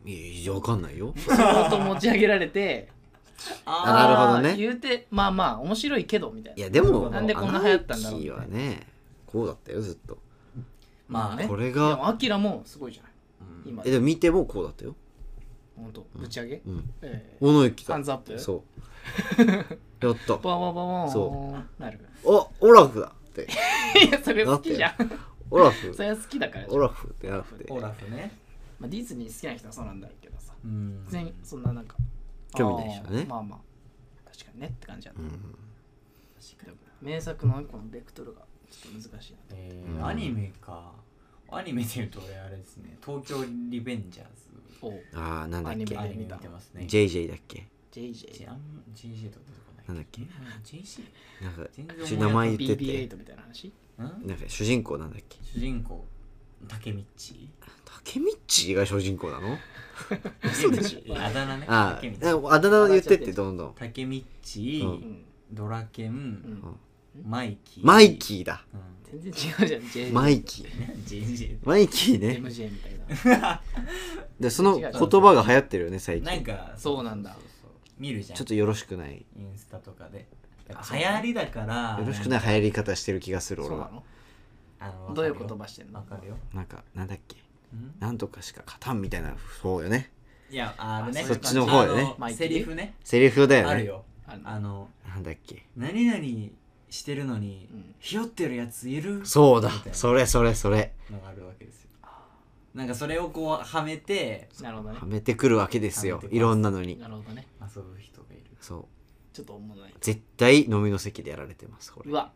S3: じ
S2: いやいやわかんないよ
S3: そーっと持ち上げられて
S2: あなるほどね
S3: あー言うてまあまあ面白いけどみたい
S2: い
S3: な
S2: やでも
S1: なんで
S3: こんな流行ったんだろう
S2: アナ雪はねこうだったよずっと
S1: まあね
S2: これ
S3: でも
S2: が
S3: アキラもすごいじゃない
S1: うん
S3: 今
S2: えでも見てもこうだったよ
S3: 本当ぶち上げ、
S2: うん
S3: ええ
S2: 小野行き
S3: ハ
S2: た
S3: ンズアップう
S2: そう やった
S3: ババババーン
S2: そ
S3: なる
S2: おオラフだって
S3: いやそれ好きじゃん
S2: オ ラフ
S3: それは好きだからじゃん
S2: オラフってなくて
S1: オラフね
S3: まあ、ディズニー好きな人はそうなんだろうけどさ
S1: うん
S3: 全員そんななんか
S2: 興味ない人はね
S3: あーまあまあ確かにねって感じだった、
S2: うん
S3: でも名作のこのベクトルがちょっと難しいな
S1: え
S2: う
S1: ー、
S2: ん
S1: アニメかアニメでいうと俺あれですね東京リベンジャーズ
S3: お
S2: ああなんだっ
S3: アニ
S2: け
S3: メ
S1: アニメ見てますね
S2: JJ だっけ
S3: JJ
S1: あんま JJ とか出てこない
S2: なんだっけ
S1: JJ?
S2: なんか
S1: 全然
S2: ち
S1: 思い
S2: ょ名
S1: 出
S2: 前言ってて
S3: BB8 みたいな話
S1: ん
S2: なんか主人公なんだっけ
S1: 主人公竹道
S2: 竹道が主人公なの
S1: 竹道あだ名ね
S2: あ
S1: 竹道
S2: ああだ名を言ってってどんどん
S1: 竹道、
S2: う
S3: うん、
S1: ドラケン、
S3: うん
S2: うん
S1: マイキー
S2: マイキーだ
S1: ー、
S3: 全然違うじゃん JJ
S2: マイキー
S1: うん、ね JJ
S2: マイキーね
S3: MJ みたいな
S2: でその言葉が流行ってるよね最
S1: なん
S2: 近
S1: か
S3: そうなんだ
S1: そう見るじゃん
S2: ちょっとよろしくない
S1: インスタとかでやっぱ流行りだから
S2: よろしくない流行り方してる気がする
S3: そ
S2: 俺
S3: うな
S2: は
S3: の
S1: あの
S3: どういう言葉してんの
S1: わかるよ
S2: なんかなんだっけ
S1: うん
S2: なんとかしか勝たんみたいなそうよね
S1: いやあのね
S3: そっ
S2: ちの方よね
S1: あ
S3: マイキー
S1: セリフね
S2: セリフだよ
S1: あ
S2: ね
S1: るよ
S3: あの
S1: あの
S2: なんだっけ
S1: 何々してるのに
S3: うん
S1: ひよってるやついる
S2: そうだ
S1: みたいな
S2: それそれそれ
S1: のがあるわけですよなんかそれをこうはめて
S3: なるほどね
S2: はめてくるわけです
S1: は
S2: よ
S1: めてきます
S2: いろんなのに
S3: なるほどね
S1: 遊ぶ人がいる
S2: そ
S3: ちょっと思わないう
S2: 絶対飲みの席でやられてますこれ
S3: うわ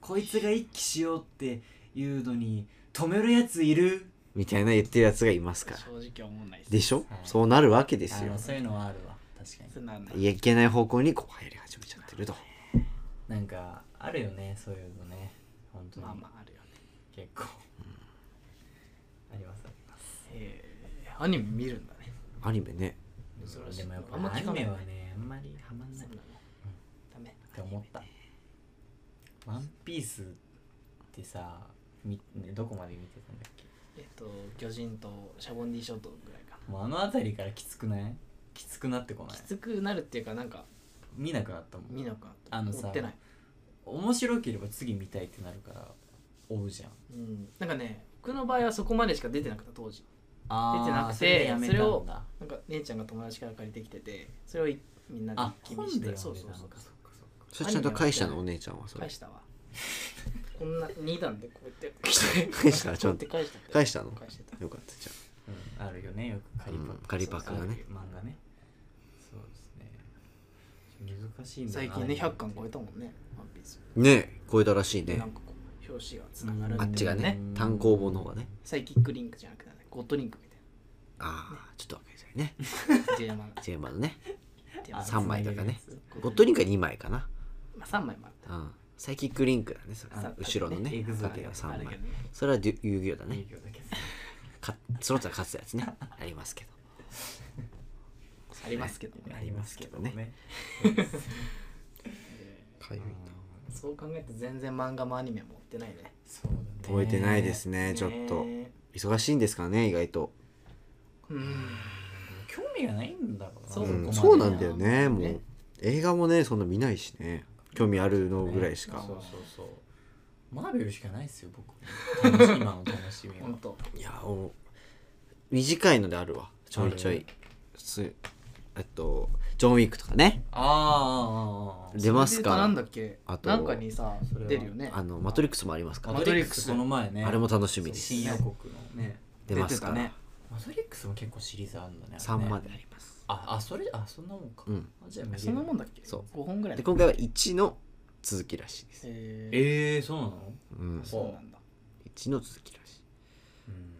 S1: こいつが一気しようっていうのに止めるやついる
S2: みたいな言ってるやつがいますから
S3: 正直思わない
S2: で
S3: で
S2: しょ
S1: はい
S2: そうなるわけですよ
S1: あのそういうのはあるわ確かに
S3: すなんだ
S2: いやいけない方向にこう入り始めちゃってると
S1: なんかあるよねそういうのね本当に
S3: まあまああるよね
S1: 結構、ありますあります
S3: えーアニメ見るんだね
S2: アニメね
S3: 珍しい
S1: でもやっ
S3: あんま
S1: ぱア
S3: 聞
S1: ニ
S3: かない
S1: メはねあんまりハマんない
S3: そうな
S1: っ
S3: のダメ
S1: て思った「ワンピースってさみ、ね、どこまで見てたんだっけ
S3: えっと巨人とシャボンディ諸島ぐらいか
S1: もうあの辺りからきつくないきつくなってこ
S3: な
S1: ない
S3: きつくなるっていうかなんか
S1: 見なくなったもん
S3: 見なくなった
S1: あのさ
S3: 追ってない
S1: 面白ければ次見たいってなるから追うじゃん
S3: うんなんかね僕の場合はそこまでしか出てなかった当時
S1: あ
S3: 出てなくて
S1: それでやめたんだ
S3: それをなんか姉ちゃんが友達から借りてきててそれをいみんなで
S1: あ
S3: 一気
S1: 本
S3: 見
S1: で読んで
S3: して
S1: た
S3: そうそう
S1: の
S3: そう
S1: かそっかそっか
S2: それちゃんと返したのお姉ちゃんはそれ
S3: 返したわこんな2段でこうやって
S2: 返したちゃんと
S3: こうやって返したって
S2: 返したの
S3: 返してた
S2: よかったじゃ
S1: うん、あるよねよくカリパク、
S2: うんカリパクがね
S1: 漫画ねそうですね難しいんだな
S3: 最近ね100巻超えたもんねワンピース
S2: んねえ超えたらしい
S3: でな
S2: ね
S3: んかこう表紙がつながる
S1: うん
S2: あっちがね単行本の方がね
S3: サイキックリンクじゃなくてねゴッドリンクみたいな
S2: ああちょっとわかりづらいね
S3: ジェーマン
S2: ジェーマのね
S3: ジェーマン
S1: あ
S2: 3枚とかね
S1: つなげる
S2: ゴッドリンクは2枚かな
S3: まあ、3枚もあっ
S2: うんサイキックリンクだねそれ
S3: たさ
S2: 後ろのね
S1: エグゾ
S2: 縦
S1: デ
S2: が
S1: ア
S2: 3
S3: あるけ
S2: 枚
S3: どね
S2: それはデュ遊戯王だ
S1: やつ
S2: ね
S1: 営業だけど
S2: かその他勝つやつねありますけど
S3: ありますけどね
S2: ありますけどねか
S1: うん
S3: そう考えると全然漫画もアニメも追ってないね
S1: そうだね
S2: 覚えてないですねちょっと忙しいんですかね意外と
S3: うん
S1: 興味がないんだろうな
S3: そう
S2: う
S1: こ
S2: ん
S1: まで
S2: そうなんだよ
S3: ね
S2: ねもう映画もねそんな見ないしね興味あるのぐらいしか
S1: そうそうそうマーベルしかないですよ僕楽しみ今の 楽しみは
S3: 本当
S2: いやお短いのであるわちょいちょ
S1: あ
S2: い
S1: る
S2: すえっとジョン・ウィックとかね
S1: ああああああ
S2: 出ますか
S3: な
S2: ら
S3: んだっけ
S2: あと
S3: なんかにさ
S1: それは
S3: 出るよね
S2: あのマトリックスもありますから
S1: マトリックスこの前ね
S2: あれも楽しみです
S1: 新予告のね
S2: 出ますから
S3: 出てたね
S1: マトリックスも結構シリーズあるんだね
S2: 3ま
S1: で
S2: であります
S1: ああそれあそんなもんか
S2: うん
S1: あじゃあ見れる
S3: そんなもんだっけ
S2: そう
S3: 5本ぐらい
S2: で今回は1の続きらしいです、
S3: えー
S1: ええそうなの
S2: うん、
S3: そうなんだ
S2: 1の続きらしい
S1: うん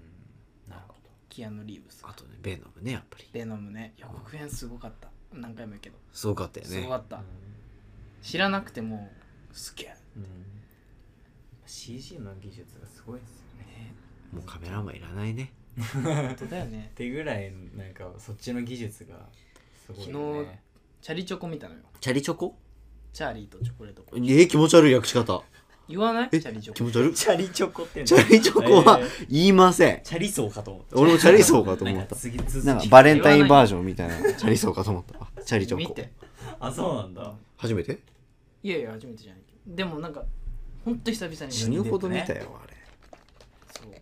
S1: なるほど
S3: キアヌ・リーブス
S2: あとねベノムねやっぱり
S3: ベノムね予告編すごかった何回も言うけど
S2: すごかったよ
S3: す
S2: ね
S3: ごかった知らなくてもすげえ
S1: うんうん CG の技術がすごいですよね
S3: ね
S2: もうカメラマンいらないね
S3: 本当だよね
S1: ってぐらいなんかそっちの技術がすごいよね
S3: チャリチョコ見たのよ
S2: チャリチョコ
S3: チャーリーとチョコレート
S2: えー気持ち悪い訳し方
S3: 言わないチ
S2: え
S3: ャリチョ
S2: 気
S3: コ
S2: 持 ち悪い
S1: チャリチョコって
S2: チャリチョコは
S1: えー
S2: 言いません
S1: チャリソーかと思った
S2: 俺もチャリソーかと思っ
S1: なん
S2: た
S1: か次続き
S2: なんかバレンタインバージョンみたいなチャリソーかと思ったあチャリチョ
S3: 見
S2: コ
S3: て
S1: あそうなんだ
S2: 初めて
S3: いやいや初めてじゃないけどでもなんかほんと久々に見た
S2: 死ぬほど見たよあれ
S3: そう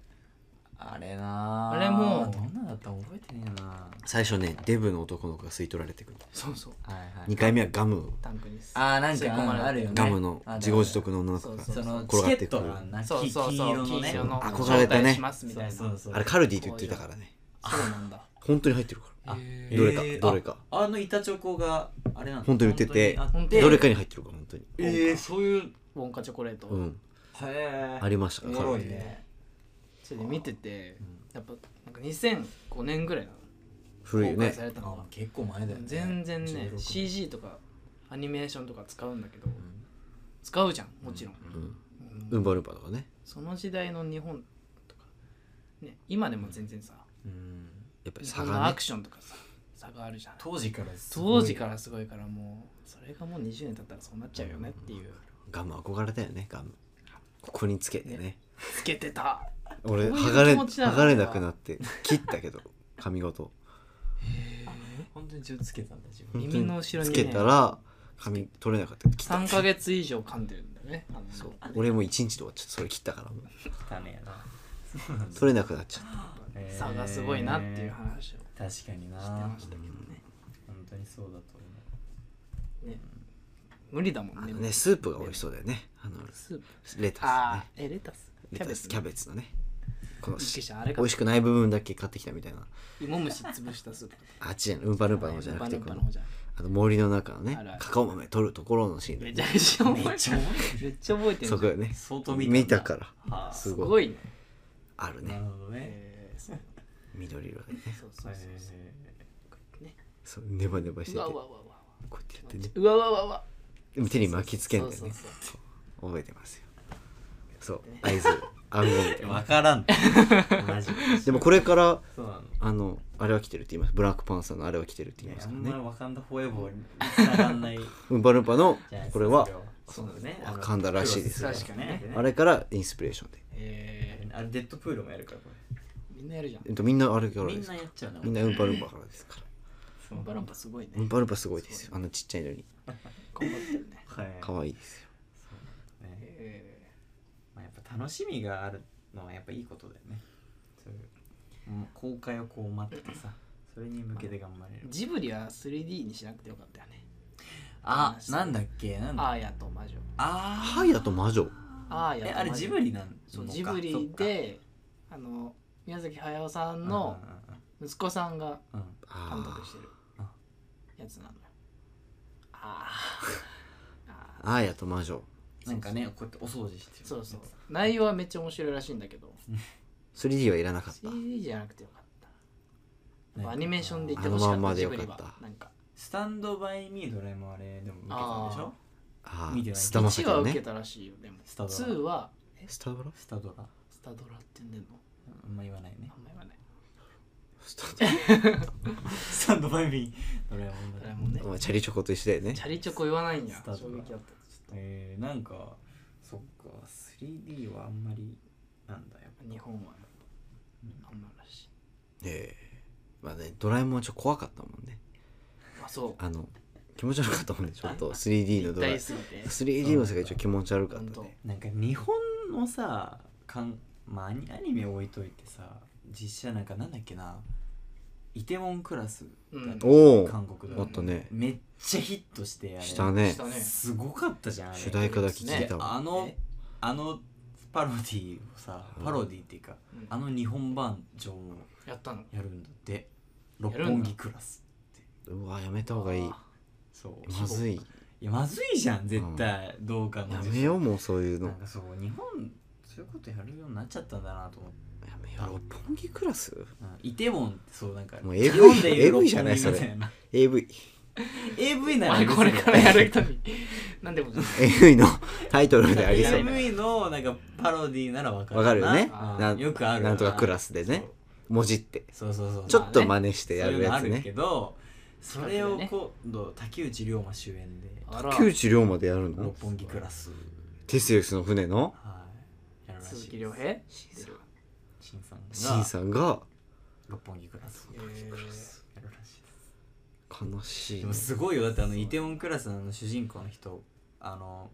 S1: あれな
S3: あれもう
S1: どんなだったか覚えてねえな
S2: 最初ねデブの男の子が吸い取られてくる
S3: そうそう
S1: はいはい
S2: 2回目はガム
S3: タンクです
S1: あーなんか
S3: 吸い込まれて
S1: あるよね
S2: ガムの
S1: あ
S2: 自業自得の女の子が
S3: そう
S1: その
S2: 転
S1: チ
S2: が
S1: ケ
S2: って
S1: ッ
S2: くる
S1: トがな
S3: そう
S1: き
S3: そうそう
S1: 黄色のね
S3: 黄色の
S2: 憧れ
S3: 招
S2: たね
S3: 待しますみたいな
S1: そうそうそう
S2: あれカルディって言ってたからね
S3: そうなんだ
S2: 本当に入ってるから
S1: あ
S3: へー
S2: どれか
S1: えー
S2: どれか
S1: ああの板チョコがあれなんだ
S2: 本当に売ってて
S1: 本当にあっ
S3: で
S1: て
S2: どれかに入ってるから本当に
S1: えー、そういう
S3: ウォンカチョコレート
S2: うん
S1: へ
S2: ありました
S3: お
S1: お
S2: か
S1: も
S2: ら
S1: ろ
S2: ね
S1: いね
S3: それで見ててやっぱなんか2005年ぐらいなの
S2: 古いよ
S3: 公
S2: ね
S3: 開されたの
S1: あ
S3: が
S1: 結構前だよね
S3: 全然ね
S1: 16
S3: CG とかアニメーションとか使うんだけど使うじゃんもちろん
S2: うんウンバルンバとかね
S3: その時代の日本とかね今でも全然さ
S1: うん
S2: やっぱり
S3: 日
S2: 差
S3: 本の
S2: が
S3: ア
S2: ね
S3: クションとかさ差があるじゃん
S1: 当時からすごい
S3: 当時からすごいからもうそれがもう20年経ったらそうなっちゃうよねっていう
S2: ガム憧れたよねガムここにつけてね
S3: つけてた
S2: 俺
S3: こういう
S2: 剥がれ
S3: 気持ちなの
S2: 剥がれなくなって切ったけど 髪ごと
S1: 本当に自分つけたんだ自分
S2: 本当に
S3: 耳の後ろに
S2: つ
S3: ね
S2: けたら髪取れなかったけど切った
S3: 3ヶ月以上噛んでるんだよねあの
S2: そう俺もう一日で終わっちゃったそれ切ったからもう
S1: 汚ねえな
S2: 取れなくなっちゃった
S1: へー
S3: 差がすごいなっていう話をして
S1: 確かにな
S3: ましたけどね
S1: 本当にそうだと思う
S3: ね無理だも
S2: あ
S3: んね
S2: のねスープが美味しそうだよねあの
S3: スープ
S2: レタス
S3: あ
S2: ね
S3: ーえレタス
S2: レタスキャベツのねこの
S3: びっくりし
S2: 美
S3: たあれか
S2: 味しくない部分だけ買ってきたみたいな
S3: 芋虫潰したスープ
S2: あっちじゃんウンパルンパの方じゃなくて
S3: ウンパ
S2: こ
S3: ルンパ
S2: の
S3: の方じゃなく
S2: あの森の中のね
S3: あるある
S2: カカオ豆取るところのシーン
S3: て
S2: だ
S3: め
S2: よ
S3: ちゃ
S2: ね
S3: くちゃ覚えてる
S1: めっちゃ覚えてる
S3: めっちゃ覚えてる
S2: そこよね
S1: 相当見たんだ
S2: 見たから
S1: あー
S2: す
S3: す
S2: ご
S3: ご
S2: い
S3: いね
S2: ある
S1: な
S2: ね
S1: るほどね
S3: えーそう
S2: 緑色でね
S3: そうそうそうそうね
S2: そうネバネバして
S3: う
S2: て
S3: わうわ
S2: こ
S3: うわうわ
S2: うやってやってね
S3: うわうわうわうわ
S2: でも手に巻きつけんだよ
S3: そう
S2: ね
S3: そうそ
S2: 覚えてますよそう合図暗号みたいな
S1: 分から んマジで
S2: でもこれから
S1: そうなの
S2: あのあれは来てるって言いますブラックパンサーのあれは来てるって
S1: い
S2: 言
S1: や
S2: います
S1: あ
S2: から
S1: ん
S2: ね
S1: まワカンダフォーエボーに繋がんない
S2: ウンパルンパの
S1: じゃないですか
S2: これは
S1: そうだね
S2: ワカンダらしいです
S3: 確かにね
S2: あれからインスピレーションで、
S3: え
S1: あれデッドプールもやるからこ
S3: ーみんなやるじゃん
S2: えっと、みんなあれから
S1: れみ
S2: で
S1: ん
S2: す
S1: なやっちゃうな
S2: みんなウンパルンパからですから
S1: そう
S3: バランパすごいね
S2: ウンパルンパすごいですよあのちっちゃいのに
S3: 頑張ってるね
S1: はい
S2: 可愛いですよ
S1: そうね
S3: え
S1: まあ、やっぱ楽しみがあるのはやっぱいいことだよねそういううん公開をこう待ってさそれに向けて頑張れ
S3: ー
S1: る
S3: ジブリは 3D にしなくてよかったよね
S1: あなんだっけなんだ
S3: ア
S1: あ
S3: ーヤと魔女
S1: あ
S2: ハイヤと魔女
S3: アーヤ
S1: え
S3: と魔女
S1: あれジブリなん
S3: そう
S1: のか
S3: ジブ
S1: そっ
S3: リ
S1: か
S3: であの宮崎駿さん
S1: うんうん
S3: の息子さんが
S1: うんうん
S3: 監
S2: あ
S3: 督してる
S1: あ
S3: やつなのよあーあ
S2: あアーヤと魔女
S1: なんかねこうやってお掃除して
S3: ー
S1: る
S3: そうそう内容はめっちゃ面白いらしいんだけど
S2: 3D はいらなかった
S3: 3D じゃなくてよかった
S1: なんか
S3: アニメーションで言ってほしか
S2: あのまん
S3: っ
S2: ま
S3: た
S2: で
S3: ジ
S2: よ
S3: ブ
S2: かった
S3: リはなんか
S1: スタンドバイミードラえもんあれでも受けたんでしょ
S2: あ
S1: 見て
S2: あ
S1: ない
S2: スタマサ
S3: 1
S2: キ
S3: は
S2: の
S3: 受け
S2: ね
S3: たらしいよでも
S1: スタドラ
S3: 2は
S2: スタブラ
S1: スタドラ
S3: スタドラって言うんでんの
S1: あんま言わないね
S3: あんま言わない
S2: スタブラ
S1: スタンドバイミードラえもん
S3: ド
S1: だ
S3: ラえもんね
S2: お前チャリチョコと一緒だよね
S3: チャリチョコ言わないんや
S1: スタ
S3: 衝
S1: ドラ
S3: 撃あった
S1: えー、なんかそっか 3D はあんまりなんだよ
S3: 日本はあんまらしい
S2: ええまあねドラえもんはちょっと怖かったもんね
S3: あそう
S2: あの気持ち悪かったもんねちょっと 3D のドラえ
S3: 大すぎて
S2: 3D の世界ちょっと気持ち悪かっ
S3: 本
S2: た
S3: 当
S2: ね
S1: なんか日本のさかん、まあ、アニアニメ置いといてさ実写なんかなんだっけなイテウォンクラスだった、
S2: おお
S1: 韓国
S2: あ
S1: だ
S2: っ
S1: と
S2: たね
S1: めっちゃヒットしてあれ
S2: したね
S3: したね
S1: すごかったじゃんあれ
S2: 主題歌だけ聞い
S1: で
S2: たわ
S1: あの
S3: え
S1: あのパロディをさ
S2: うん
S1: パロディっていうか、
S3: うん
S1: あの日本版上を
S3: やったの
S1: やるんだって
S3: や
S1: 六
S3: るんだ
S1: 本木クラス
S2: うわやめた方がいい
S3: あ
S1: そう
S2: まずい
S1: いやまずいじゃん絶対、どうかの
S2: やめようもうそういうの
S1: なんかそう日本そういうことやるようになっちゃったんだなと思って
S2: やめよう六本木クラス
S1: うんイテウォンってそうなんか
S2: もう AV
S1: 日本でいう
S2: AV じゃない
S1: 六本木みたな
S2: AV
S1: AV な
S3: ー
S1: ら許
S3: あ
S1: せる
S3: これからや る人になんでも
S2: AV の タイトルでありそうな
S1: AV のなんかパロディならわかる
S2: わかるよね
S1: な
S2: な
S1: うんよくある
S2: なんとかクラスでね文字って
S1: そうそうそう
S2: ちょっと真似してやる
S1: そういう
S2: やつ
S1: のある
S2: ね
S1: けどそれを
S3: 企画でね
S1: 今度竹内涼真主演で
S3: あら
S2: 木内涼真でやるの
S1: 六本木クラス
S2: テセウスの船の
S1: はいやるらしいです
S3: 鈴木亮平
S1: 新さん
S2: シン
S1: が
S2: さんが
S1: 六本木クラス
S3: えー
S1: やるらしいです
S2: 悲しい
S1: でもすごいよだってあのイテウォンクラスのあの主人公の人あの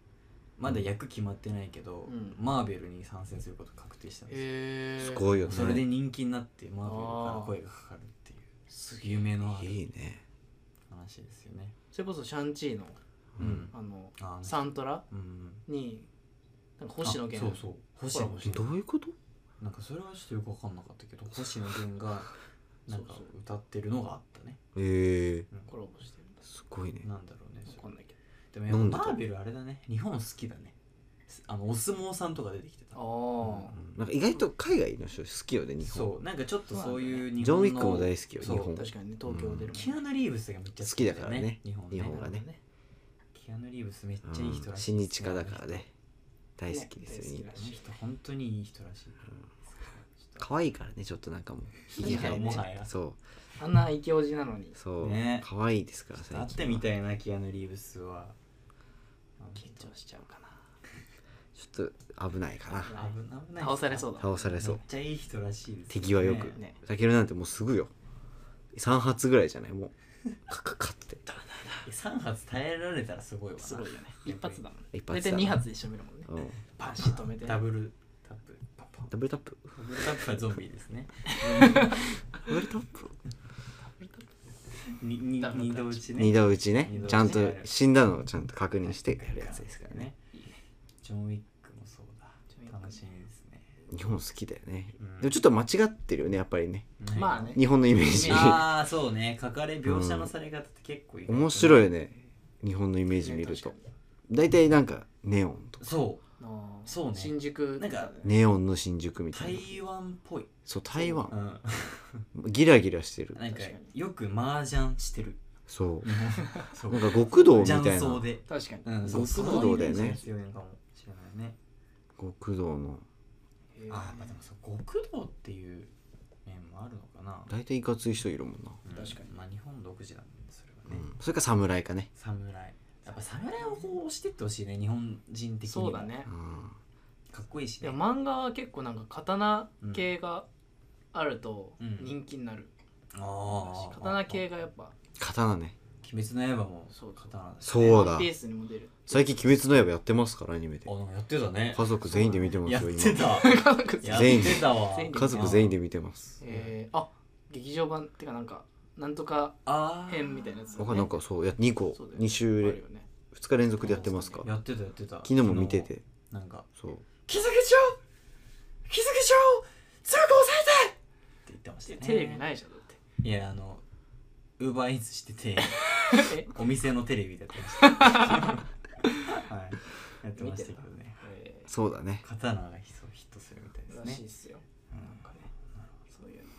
S1: まだ役決まってないけど、
S3: うん
S1: マーベルに参戦すること確定したんですよ、
S3: えー、
S2: すごいよね
S1: それで人気になってマーベルから声がかかるっていうすげえ夢のある
S2: いいね
S1: 話ですよね
S3: それこそシャンチーの
S1: うん
S3: あの
S1: あ
S3: サントラ
S1: うん
S3: になんか星野
S1: あ
S3: 源
S1: そうそう星野
S2: ど
S1: 源
S2: ういうこと
S1: なんかそれはちょっとよく分かんなかったけ ど星野源がなんか歌ってるのがあったね
S2: ええ
S3: コラボしてるんだ
S2: すごいね
S1: なんだろうねそれ
S3: わかんないけど
S1: でもやっぱ
S2: なんでだろう
S1: マーベルあれだね日本好きだねあのお相撲さんとか出てきてた
S3: あ
S2: うんなんか意外と海外の人好きよね日本
S1: そうなんかちょっとそういう日本の
S2: ジョンウィックも大好きよ
S1: そう
S2: 日本
S3: あ確かにね東京出るもんね
S1: キアヌ・リーブスがめっちゃよ
S2: 好きだからね
S1: 日本
S2: 日本
S3: な
S2: が
S3: るほど
S2: ね
S1: キアヌ・リーブスめっ
S2: うん
S1: ちゃいい人らしい
S2: 親
S1: ですね
S2: 日家だからね大好きですよ
S3: ね
S2: ね
S3: 大好
S1: あの人本当にいい人らしい
S2: 可愛いからねちょっとなんかもうひげ生え
S1: も
S2: て
S1: はや
S2: そ
S3: あんなイケオジなのに
S2: うそう
S1: ね
S2: 可愛いですから
S1: 会
S2: 最
S1: って
S2: 近
S1: み
S2: は
S1: たいなキアヌ・リーブスは
S3: 緊張しちゃうかな
S2: ちょっと危ないかな
S1: 危ない危ない
S3: 倒されそうだ
S2: 倒されそ
S1: めっ
S2: う
S1: ちゃいい人らしいです
S2: 敵はよく
S3: ね
S2: タケルなんてもうすぐよ3発ぐらいじゃないもうカカカ って
S1: 3発耐えられたらすごいわな
S3: すごいよね一発だもんね
S2: 一
S3: 大体
S2: 発だな
S3: 2発で一緒見るもんね
S2: うん
S3: パシッと止めて
S1: ダブルタップパンパン
S2: ダブルタップ
S1: ダブルタップはゾンビです ね
S2: ダブルタップ
S1: にに
S3: ダブル
S1: 二
S3: タップ
S1: 度打ちね
S2: 二度打ち
S1: 二
S2: ね
S1: 度打ち
S2: ちゃんと死んだのをちゃんと確認してやるやつですからね
S1: ジョン・ウィックもそうだ
S3: ジョンウィック
S1: 楽しみですね
S2: 日本好きだよね
S1: うん
S2: でもちょっと間違ってるよねやっぱりね
S3: まあね
S2: 日本のイメージ
S1: ああそうね書かれ描写のされ方って結構意外とね
S2: 面白いよね日本のイメージ見る
S3: 確
S2: と
S3: か
S2: 大体なんかネオンとか
S1: そ
S3: にあー
S1: そうね
S3: 新宿
S1: なんか
S2: ネオンの新宿
S1: う
S2: みたいな
S1: 台湾っぽい、
S2: そう台
S1: う
S2: 湾
S1: ん、
S2: ギラギラしてる
S1: なんか
S3: 確かに
S1: よく麻雀してる
S2: そ
S1: そう
S2: なんか極道みたい
S1: 雀
S2: な
S1: 荘で
S3: 確かに
S1: うん
S2: 極
S1: そう
S2: 道だよね
S1: そういうイメージが強いのかもしれないね
S2: 極道の
S3: へー
S1: あーまあでもそう極道っていう面もあるのかな
S2: 大体いかつい人いるもんな、
S1: うん
S3: 確かに
S1: まあ日本独自だもんねそれ
S2: う
S1: はね、
S2: ん、それか侍かね、
S1: 侍やっぱ侍をこう押してってほしいね日本人的にも
S3: そうだね
S2: うん、
S1: かっこいいし
S3: いや
S1: ね
S3: 漫画は結構なんか刀系があると
S1: うん
S3: 人気になる
S1: あ
S3: し
S1: あ
S3: 刀系がやっぱ
S2: 刀ね
S1: 鬼滅の刃も
S3: そう
S1: 刀だし
S2: そう
S3: ワン
S2: だ
S3: ピースにも出る
S2: 最近「鬼滅の刃」やってますからアニメで
S1: あなんかやってたね
S2: 家族全員で見てます
S1: やっ
S2: よ
S1: て
S2: 今
S1: た
S3: 家族
S1: やっ
S2: 全員で
S1: てたわ
S3: 全員で
S2: 家族全員
S1: で
S2: で見てます
S3: えー、あ劇場版ってかなんかなんとか
S1: あー
S3: 編みたいなやつ
S2: わかんなんかそうや2個
S3: そうだよね
S2: 2週
S3: ある
S2: れ
S3: よね
S2: 2日連続でやってますか
S1: やってたやってた
S2: 昨日も見てて
S1: なんか
S2: そう
S1: 「気づけちゃう気づけちゃう強く抑えて!」って言ってましたね
S3: テレビないじゃんだって
S1: いやあのウーバーイーツしてて
S3: え
S1: お店のテレビだったり してはいやってましたけどね
S3: え
S2: そうだね
S1: 刀がヒットヒットするみたいで
S3: ー
S1: す
S3: らしい
S1: ね
S3: っすよ
S1: うん
S3: なんかねそういうの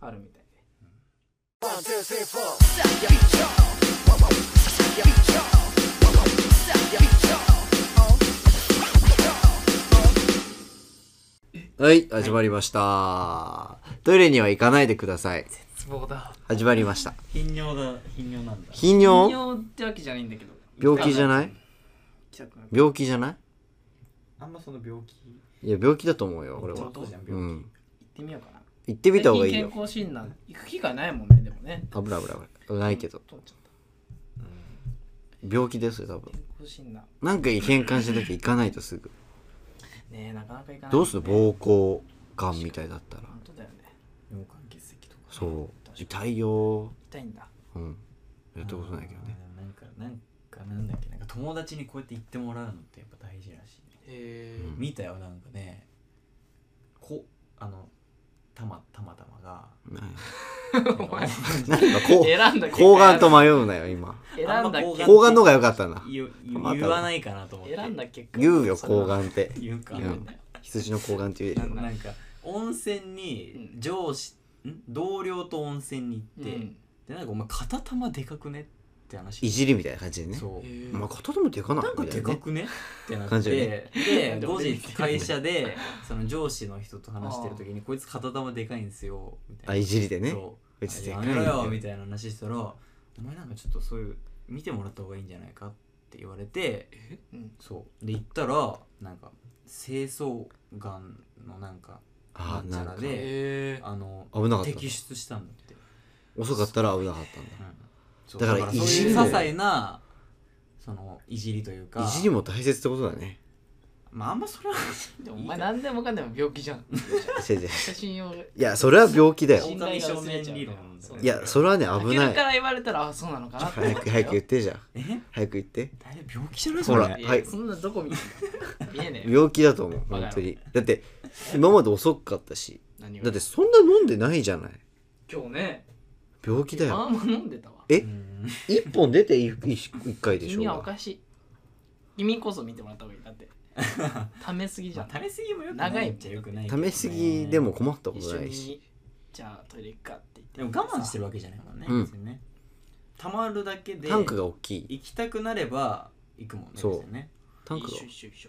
S3: あるみたいで
S2: はい始まりました、トイレには行かないでください
S3: 絶望だ
S2: 始まりました
S1: 頻尿だ頻尿なんだ
S3: 頻
S2: 頻尿
S3: 尿ってわけじゃないんだけど
S2: 病気じゃ
S3: い
S2: ない
S3: 来たくなる
S2: 病気じゃな
S1: あんまその病気
S2: いいや病気だと思うよ俺
S1: ちょ
S2: は
S1: っとじゃん
S2: う
S1: 病気
S3: 行って
S2: ん
S3: みようかな
S2: 行ってみた方がいい
S3: 最近
S2: よ
S3: 健康診断行く機会ないもんねでもね
S2: 危ない危ない危ないないけど
S3: と思っちゃった
S2: 病気ですよ多分
S3: 健康診断
S2: なんか変換した時行かない とすぐ
S3: ねえなかなか行かない
S2: どうする
S3: もんね
S2: 膀胱がんみたいだったら
S3: 本当だよね
S1: 尿管結石とか
S2: そう痛いよ
S3: 痛いんだ
S2: うんやったことないけどね
S1: うんなんかなんかなんだっけなんか友達にこうやって言ってもらうのってやっぱ大事らしいね
S3: へ
S2: うん
S1: 見たよなんかねこあのたまたまたま が
S3: お前
S2: なんか こう
S3: え選んだ結果
S2: 睾丸と迷うなよ今
S3: 選んだ
S1: あんま
S3: 結
S1: 抗が
S3: 果
S1: ん
S2: 睾丸の方が良かったな
S1: 言う言
S2: また
S1: う言わないかなと思って
S3: 選んだ結果
S2: 言うよ
S3: それは
S2: 睾丸って
S1: 言うか
S2: う
S1: なん
S2: 羊の睾丸って言えるよ
S1: なんか温泉に
S3: うん
S1: 上司、ん、同僚と温泉に行って、
S3: うん
S1: でなんかお前片玉でかくねって話
S2: いじりみたいな感じでね
S1: そう、
S2: お前片手もでかない
S1: なんか
S2: みた
S1: で
S2: いな
S1: か
S2: ね
S1: くねってな
S2: 感
S1: っ
S2: じ
S1: て、
S2: よ
S1: で後日会社でその上司の人と話してる時に「こいつ片玉でかいんですよ」みた
S2: あ
S1: い
S2: い
S1: な
S2: じりでね
S1: そう
S2: こいつで
S1: や
S2: かい
S1: め
S2: んだ
S1: ろ
S2: よ
S1: よみたいな話したら「お前なんかちょっとそういう見てもらった方がいいんじゃないか」っって言われて
S3: うん
S1: そうで行ったらなんか清掃眼のなんかな
S2: ああ
S1: ん
S2: な
S1: ち
S2: ん
S1: ゃら
S2: か
S1: で
S3: え
S1: あの
S2: 危なかったんだ
S1: 摘出したんだって、
S2: 遅かったら危なかったんだ
S1: うんそう
S2: だから
S1: そう
S2: いじ
S1: いう
S2: り
S1: 些
S2: も
S1: 細なそのいじりというか
S2: いじりも大切ってことだね
S1: まああんまそれは
S3: ー、でもお前何でもかんでも病気じゃん
S2: 違う違う
S3: 写真を
S2: いやそれは病気だよ
S3: 信頼が薄れ
S1: 狼
S3: ち
S1: 少年
S3: ゃう
S1: 理論
S3: そう
S2: いやそれはね危
S3: 開
S2: な
S3: けるか
S2: い
S3: ら言われたらあそうなのかなって思っ
S2: 早
S3: ちゃう
S2: く早く言ってじゃん
S1: え
S2: 早く言って
S1: 大丈夫病気じゃない
S2: ほら
S3: いや
S2: はい
S3: そんなどこ見てんの見えね えよ
S2: 病気だと思う本当にだって今まで遅かったし
S3: 何が
S2: だってそんな飲んでないじゃない
S3: 今日ね
S2: 病気だ
S3: ま
S2: よ
S3: あまあ飲んでたわ
S2: え
S1: うん
S2: 一本出て一一一回でしょ
S3: 君はお
S2: うが
S3: かしい君こそ見てもらった方がいいだってためすぎじゃん
S1: まあ食べ過ぎもよく
S3: 長
S1: ないいっちゃよくないけ
S2: 食
S1: どね
S2: べ過ぎでも困ったこと
S3: 一緒
S2: ないし
S3: にじゃあトイレ行くかって
S1: で
S3: 言っ
S1: も
S3: て
S1: 我慢して
S3: る
S1: るわけじゃないもんね
S2: うん
S1: 別にねたまるだけで
S2: タンクが大きい
S1: 行きたくなれば行くもんね
S2: そう
S1: 別にね
S2: タンクが
S3: 一緒一緒一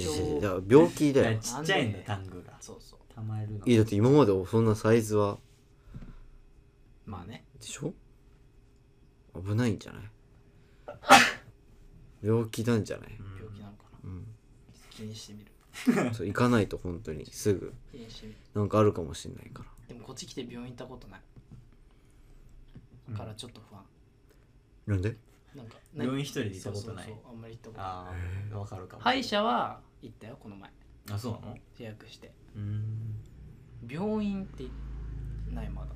S3: 緒
S2: 違う
S3: 一緒
S2: 違う違うだから病気
S1: だか
S2: だ
S1: ら
S2: よ
S1: ちっちゃいんだ
S3: なんで
S1: タンクが
S3: そうそう
S1: たまるの
S2: いやだって今までそんなサイズは
S3: まあね
S2: でしょ危ないんじゃない病気なんじゃない、
S1: うん
S3: 病気なのかな
S2: うん、
S3: 気にしてみる
S2: そう行かないと本当にすぐ
S3: 気にしてみる
S2: なんかあるかもしれないから
S3: でもこっち来て病院行ったことないだからちょっと不安
S2: なんで
S3: なんかね
S1: 病院一人で行ったことない
S3: そうそうそうあんまり行ったことない
S1: ああわかるかも
S3: 歯医者は行ったよこの前
S1: あそうなの
S3: 予約して
S1: うん
S3: 病院ってないまだ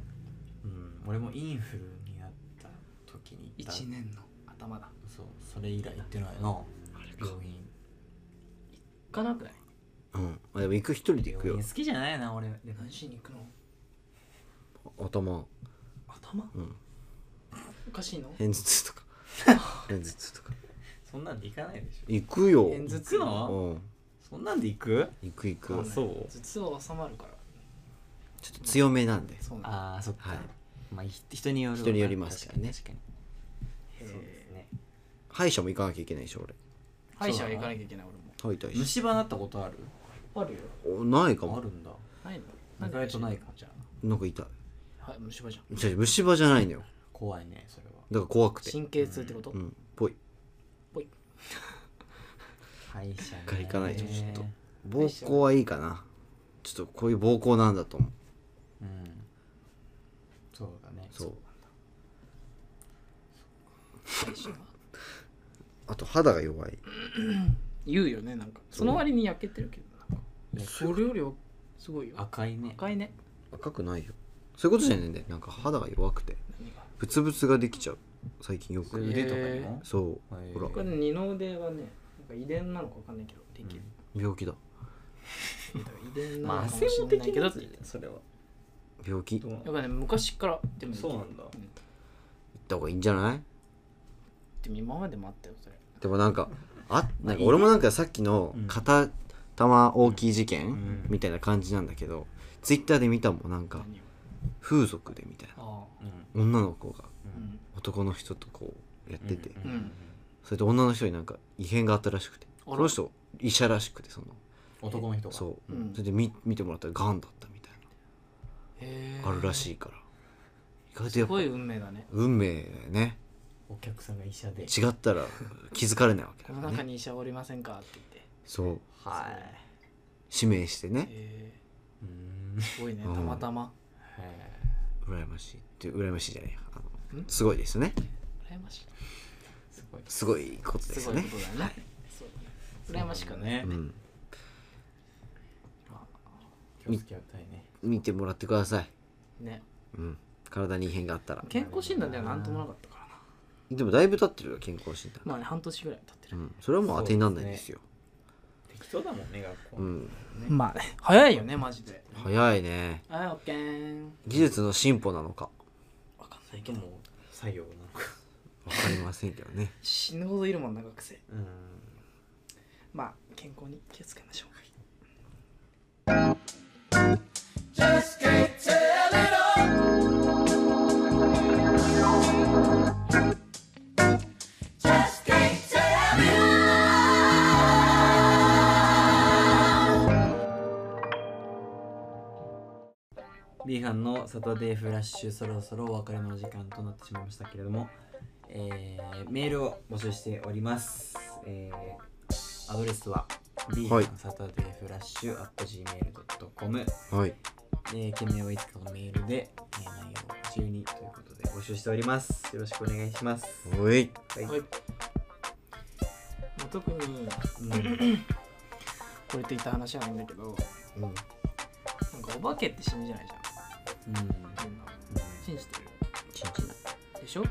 S1: うん俺もインフルになった時に行った
S3: 1年の頭だ
S1: そうそれ以来行ってないな病院
S3: 行かなくない
S2: うんあでも行く一人で行
S1: 病
S2: くよ
S1: 院好きじゃないな俺でも
S3: 何しに行くの
S2: 頭
S3: 頭
S2: うん
S3: おかしいの
S2: 偏頭痛とか偏頭痛とか
S1: そんなんで行かないでしょ
S2: 行くよ
S3: 偏頭
S1: 行く
S2: う
S1: の
S2: ん
S1: そんなんで行く
S2: 行く行く
S1: あそう
S3: 頭痛は収まるから
S2: ちょっと強めなんで
S3: そうなんだ
S1: ああそっか、
S2: はい
S1: まあひ人によるわ
S2: 人によりますからね
S1: 確かに確かにそうですね
S2: 歯医者も行かなきゃいけないでしょ俺
S3: 歯医者は行かなきゃいけない俺も
S2: 歯医大
S1: 虫歯なったことある
S3: あるよ
S2: おないか
S1: あ
S2: も
S1: るんだ
S3: ないの
S1: 意外とないかも
S3: じゃ
S2: なんか痛い
S3: あはい虫歯じゃん
S2: 違う違う虫歯じゃないのよ
S1: 怖いねそれは
S2: だから怖くて
S3: 神経痛ってこと
S2: うんぽい
S3: ぽい
S1: 歯医者ね
S2: が行かないとちょっと
S3: 歯
S2: 膀
S3: 医者
S2: 胱はいいかなちょっとこういう膀胱なんだと思う
S1: うんそうだね
S2: そう
S3: 歯医者は
S2: あと肌が弱い
S3: 言うよねなんかその割に焼けてるけどなんか
S1: いや
S3: それよりはすごいよ
S1: 赤いね
S3: 赤いね
S2: 赤くないよそういうことじゃないんだよなんか肌が弱くて
S3: 何が
S2: ブツブツができちゃう最近よ
S1: そ
S2: く
S1: れ腕とかにも
S2: そう
S1: へー
S2: ほら
S3: これ二の腕はねなんか遺伝なのかわかんないけどできる、
S2: 病気だ
S3: 遺伝な
S1: ま
S3: のか
S1: あ
S3: も
S1: 汗
S3: し
S1: もで
S3: れない
S1: き
S3: けど
S1: る
S3: って言って
S1: それは
S2: 病気
S1: ど
S2: 行っ
S1: う
S3: やっぱね昔からでもできる
S1: そうなんだ
S3: で
S2: た方がいいんじゃない
S3: も今までもあったよそれ
S2: でもなんかあなんか俺もなんかさっきの
S1: うん
S2: 片玉大きい事件
S1: ん
S2: みたいな感じなんだけどツイッターで見たもんなんか
S3: 何を
S2: 風俗でみたいな
S3: あ
S1: うん
S2: 女の子
S3: あ
S2: が
S3: うん
S2: 男の人とこうやってて、
S1: うんうん
S2: それで女の人になんか異変があったらしくて
S3: あら
S2: この人医者らしくてその
S1: 男の人がう
S2: そう、
S3: うん
S2: それで見見てもらったらがんだったみたい
S3: へえ
S2: なあるら
S3: い
S2: しいから意外と
S3: す
S2: やっぱ
S3: ごい運命だね
S2: 運命だよね
S1: お客さんが医者で
S2: 違ったら気づかれないわけ
S3: こ
S2: だ
S3: の
S2: から
S3: 中
S2: ね
S3: に医者おりませんかって言って
S2: そう
S1: は
S2: 指名してね
S3: へ
S1: いうーん
S3: えすごいねた
S2: うん
S3: またま
S1: はい
S2: 羨ましいって羨ましいじゃないやあの
S3: ん
S2: すごいですね
S3: 羨ましい
S1: すごい
S2: すごいことですす
S3: ごい
S2: ね
S3: ことだねそうだね羨ましくはね
S2: うん、
S1: 気をつけたいね
S2: 見てもらってください、
S3: ね
S2: うん、体に異変があったら
S3: 健康診断では何ともなかったからな
S2: でもだいぶ経ってるよ健康診断、
S3: まあね半年ぐらい経って
S2: う
S3: る
S2: ん、それはもう当てになんないですよ
S1: 適当だもんね学校
S2: うん
S3: まあね 早いよねマジで
S2: 早いね
S3: はいオッケーン
S2: 技術の進歩なのか
S3: わかんな
S1: 最
S3: いけ
S1: 近
S3: ど
S1: も作業なのか
S2: わかりませんけどね
S3: 死ぬほどいるもんな学生
S1: うん
S3: まあ健康に気をつけましょう
S1: ビーハンのサタデーフラッシュそろそろお別れの時間となってしまいましたけれども、えーメールを募集しております、えーアドレスは d
S2: はい
S1: サタデーフラッシュ at gmail.com
S2: はい
S1: えー、件名はいつかのメールで、えー、内容を中にということで募集しております。よろしくお願いします。はい
S2: おい
S3: はいまあ、特に
S1: うん
S3: これといった話はないんだけど
S2: うんうん
S3: なんかお化けって信じないじゃんみんな信じてる
S1: 信じない。
S3: でしょ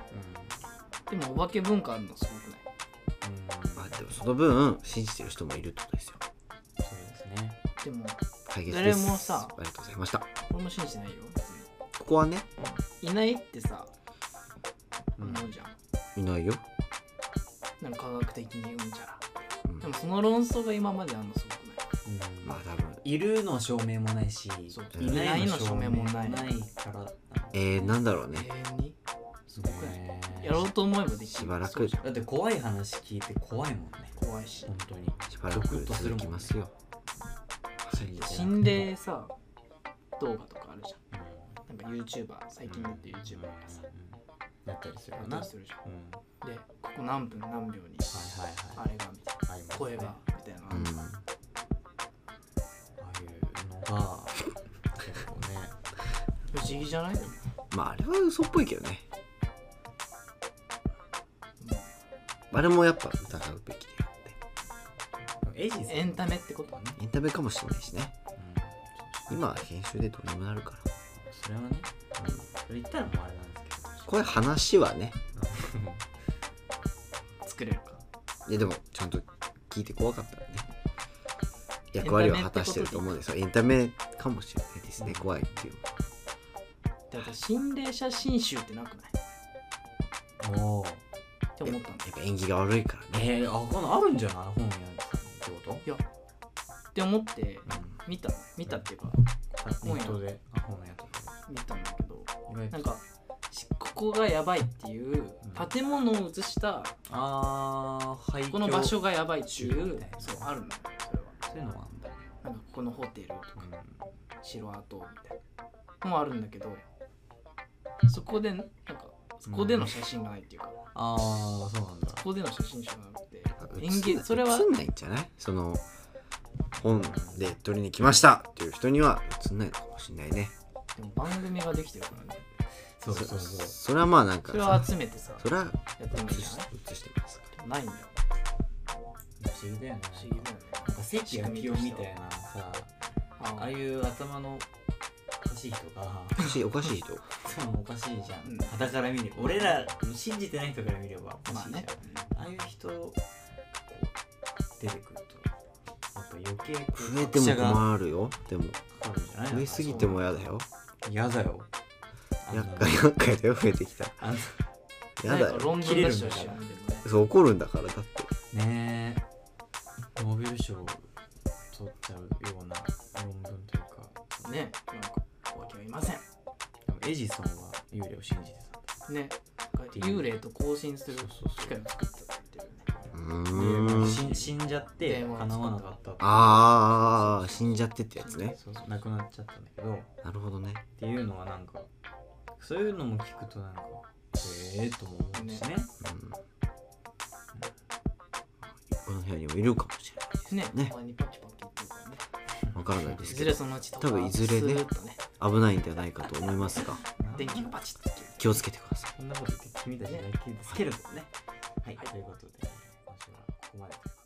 S3: でもお化け文化あるのすごくない
S2: まあでもその分信じてる人もいるってことですよ
S1: そうですね。
S3: でも
S2: 解決です
S3: 誰もさ
S2: ありがとうございました
S3: 俺も信じてないよ
S2: ここはね
S3: いないってさ
S1: う
S3: 思
S1: ん
S3: うじゃん、
S2: いないよ、
S3: なんか科学的にうんじゃら
S2: うん
S3: でもその論争が今まであるのすごくない
S1: まあ
S2: まあ多分
S1: いるの証明もないし、
S3: そう
S1: いないの証明も
S3: いな
S1: ないい
S3: の証明もない
S1: からな、
S2: えー、なんだろうね
S3: 永遠に
S1: す
S3: ごくないやろうと思えばできる
S2: しばらく
S3: そうじゃん
S1: だって怖い話聞いて怖いもんね。
S3: 怖いし
S1: 本当に。
S2: しばら
S1: ゾク
S2: く
S1: ッとする
S2: 続
S1: もんね
S2: きますよ
S1: 信じてなくても
S3: 心霊さ動画とかあるじゃ
S1: うん
S3: んなんか YouTuber 最近だって YouTuber がさ
S1: うんなったりする
S3: や
S1: よ
S3: っ
S1: な。う
S3: た
S1: ん
S3: りするじゃ
S1: は
S3: んでここ何分何秒に
S1: いはい
S3: あ
S1: はい
S3: れがみた
S1: あ
S3: い
S1: りま
S3: な
S1: すね。
S3: 声がみたいな
S2: うん
S1: ああいうのが結構ね
S3: 不思議じゃないでも
S2: まああれは嘘っぽいけどねあれもやっぱ疑うべきであっ
S1: エイジ
S3: エンタメってこと
S1: はね、
S2: てエンタメかもしれないしね
S1: うん、
S2: 今は編集でどうにもなるから
S1: それはね、うん、それ言ったらもうあれなんですけど
S2: これ話はね
S3: 作れるか
S2: いやでもちゃんと聞いて怖かったらね役割を果たしてると思うんですよエンタメかもしれないですね怖いっていう
S3: だから心霊写真集ってなくないっ
S1: おお
S3: て思ったんだ
S2: やっぱ縁起が悪いからね
S1: えー、あこのあるんじゃない本屋さんってこと
S3: いやって思って
S1: うん
S3: 見たの見たっていうか
S1: ネットであ本屋とか
S3: 見たんだけど
S1: 意外
S3: なん
S1: と
S3: かしここがやばいってい
S1: う
S3: う
S1: ん
S3: 建物を映した
S1: あー廃墟
S3: この場所がやばいってい
S1: うん
S3: うそうあるのよそれは
S1: そういうのはあんだね
S3: なんかここのホテルとか
S1: うん
S3: 城跡みたいなのもあるんだけどそこでなんかそこでの写真がないっていうか、
S1: ああそうなんだ
S3: そこでの写真集がなくて
S2: 映
S3: 園
S2: ん
S3: 芸
S2: ない
S3: それは
S2: 映んないんじゃないその本で撮りに来ましたっていう人には映んないのかもしれないね
S3: でも番組ができてるからね
S1: そうそうそう
S2: それはまあなんか
S3: それを
S2: さ
S3: 集めてさ
S2: それは
S3: やってもい
S2: 映
S3: いじゃ
S2: し
S3: ない
S2: 映してますから
S3: でもないんだよ
S1: 不思議だよね
S3: 不思議だよね
S1: なんか関谷清みたいなさ
S3: あ
S1: ああいう頭のおかしい人が
S2: おかしいおかしい人
S1: そうなのおかしいじゃ
S3: うん
S1: ん肌から見れば俺らの信じてない人から見ればおか
S3: まあ
S1: しいじゃん
S3: ね
S1: ああいう人こう出てくるとやっぱ余計こう
S2: 増えて
S1: 拍車
S2: も
S1: がか
S2: 困るよでも
S1: かるんじゃない
S2: 増えすぎても嫌だよ
S1: 嫌だよあの
S2: 厄介厄介だよ増えてきたら
S1: あの
S2: 嫌だ
S3: なんか
S2: よ
S3: 論文出してほしいよねでもね
S2: そう怒るんだからだって
S1: ねえノーベル賞取っちゃうような論文というか
S3: ねなんかおわけはいません
S1: でもエジソンは幽霊を信じてた
S3: ね幽霊と交信する機会を作ったっていうね
S2: う
S1: で
S2: ーん
S1: 死ん死んじゃって
S3: 電話を使
S1: 叶わ
S3: った
S1: なかったって
S2: ああ死んじゃってってやつね
S1: そうそう亡くなっちゃったんだけど
S2: なるほどね
S1: っていうのはなんかそういうのも聞くとなんかええー、とも思うしね
S2: うんこの部屋にもいるかもしれないです
S3: ね
S2: ね
S3: たまにパキパキ言ってるからね
S2: わからない
S3: い
S2: です
S3: ず
S2: け
S3: れ
S2: ど
S3: そのうち
S2: 多分いずれね
S3: スーッとね
S2: 危ないんではないかと思いますが
S3: 電気がパチッと消える
S2: 気をつけてください
S1: そんなこと言って君たちだけですけれどもねはい、ということで今週はここまでということで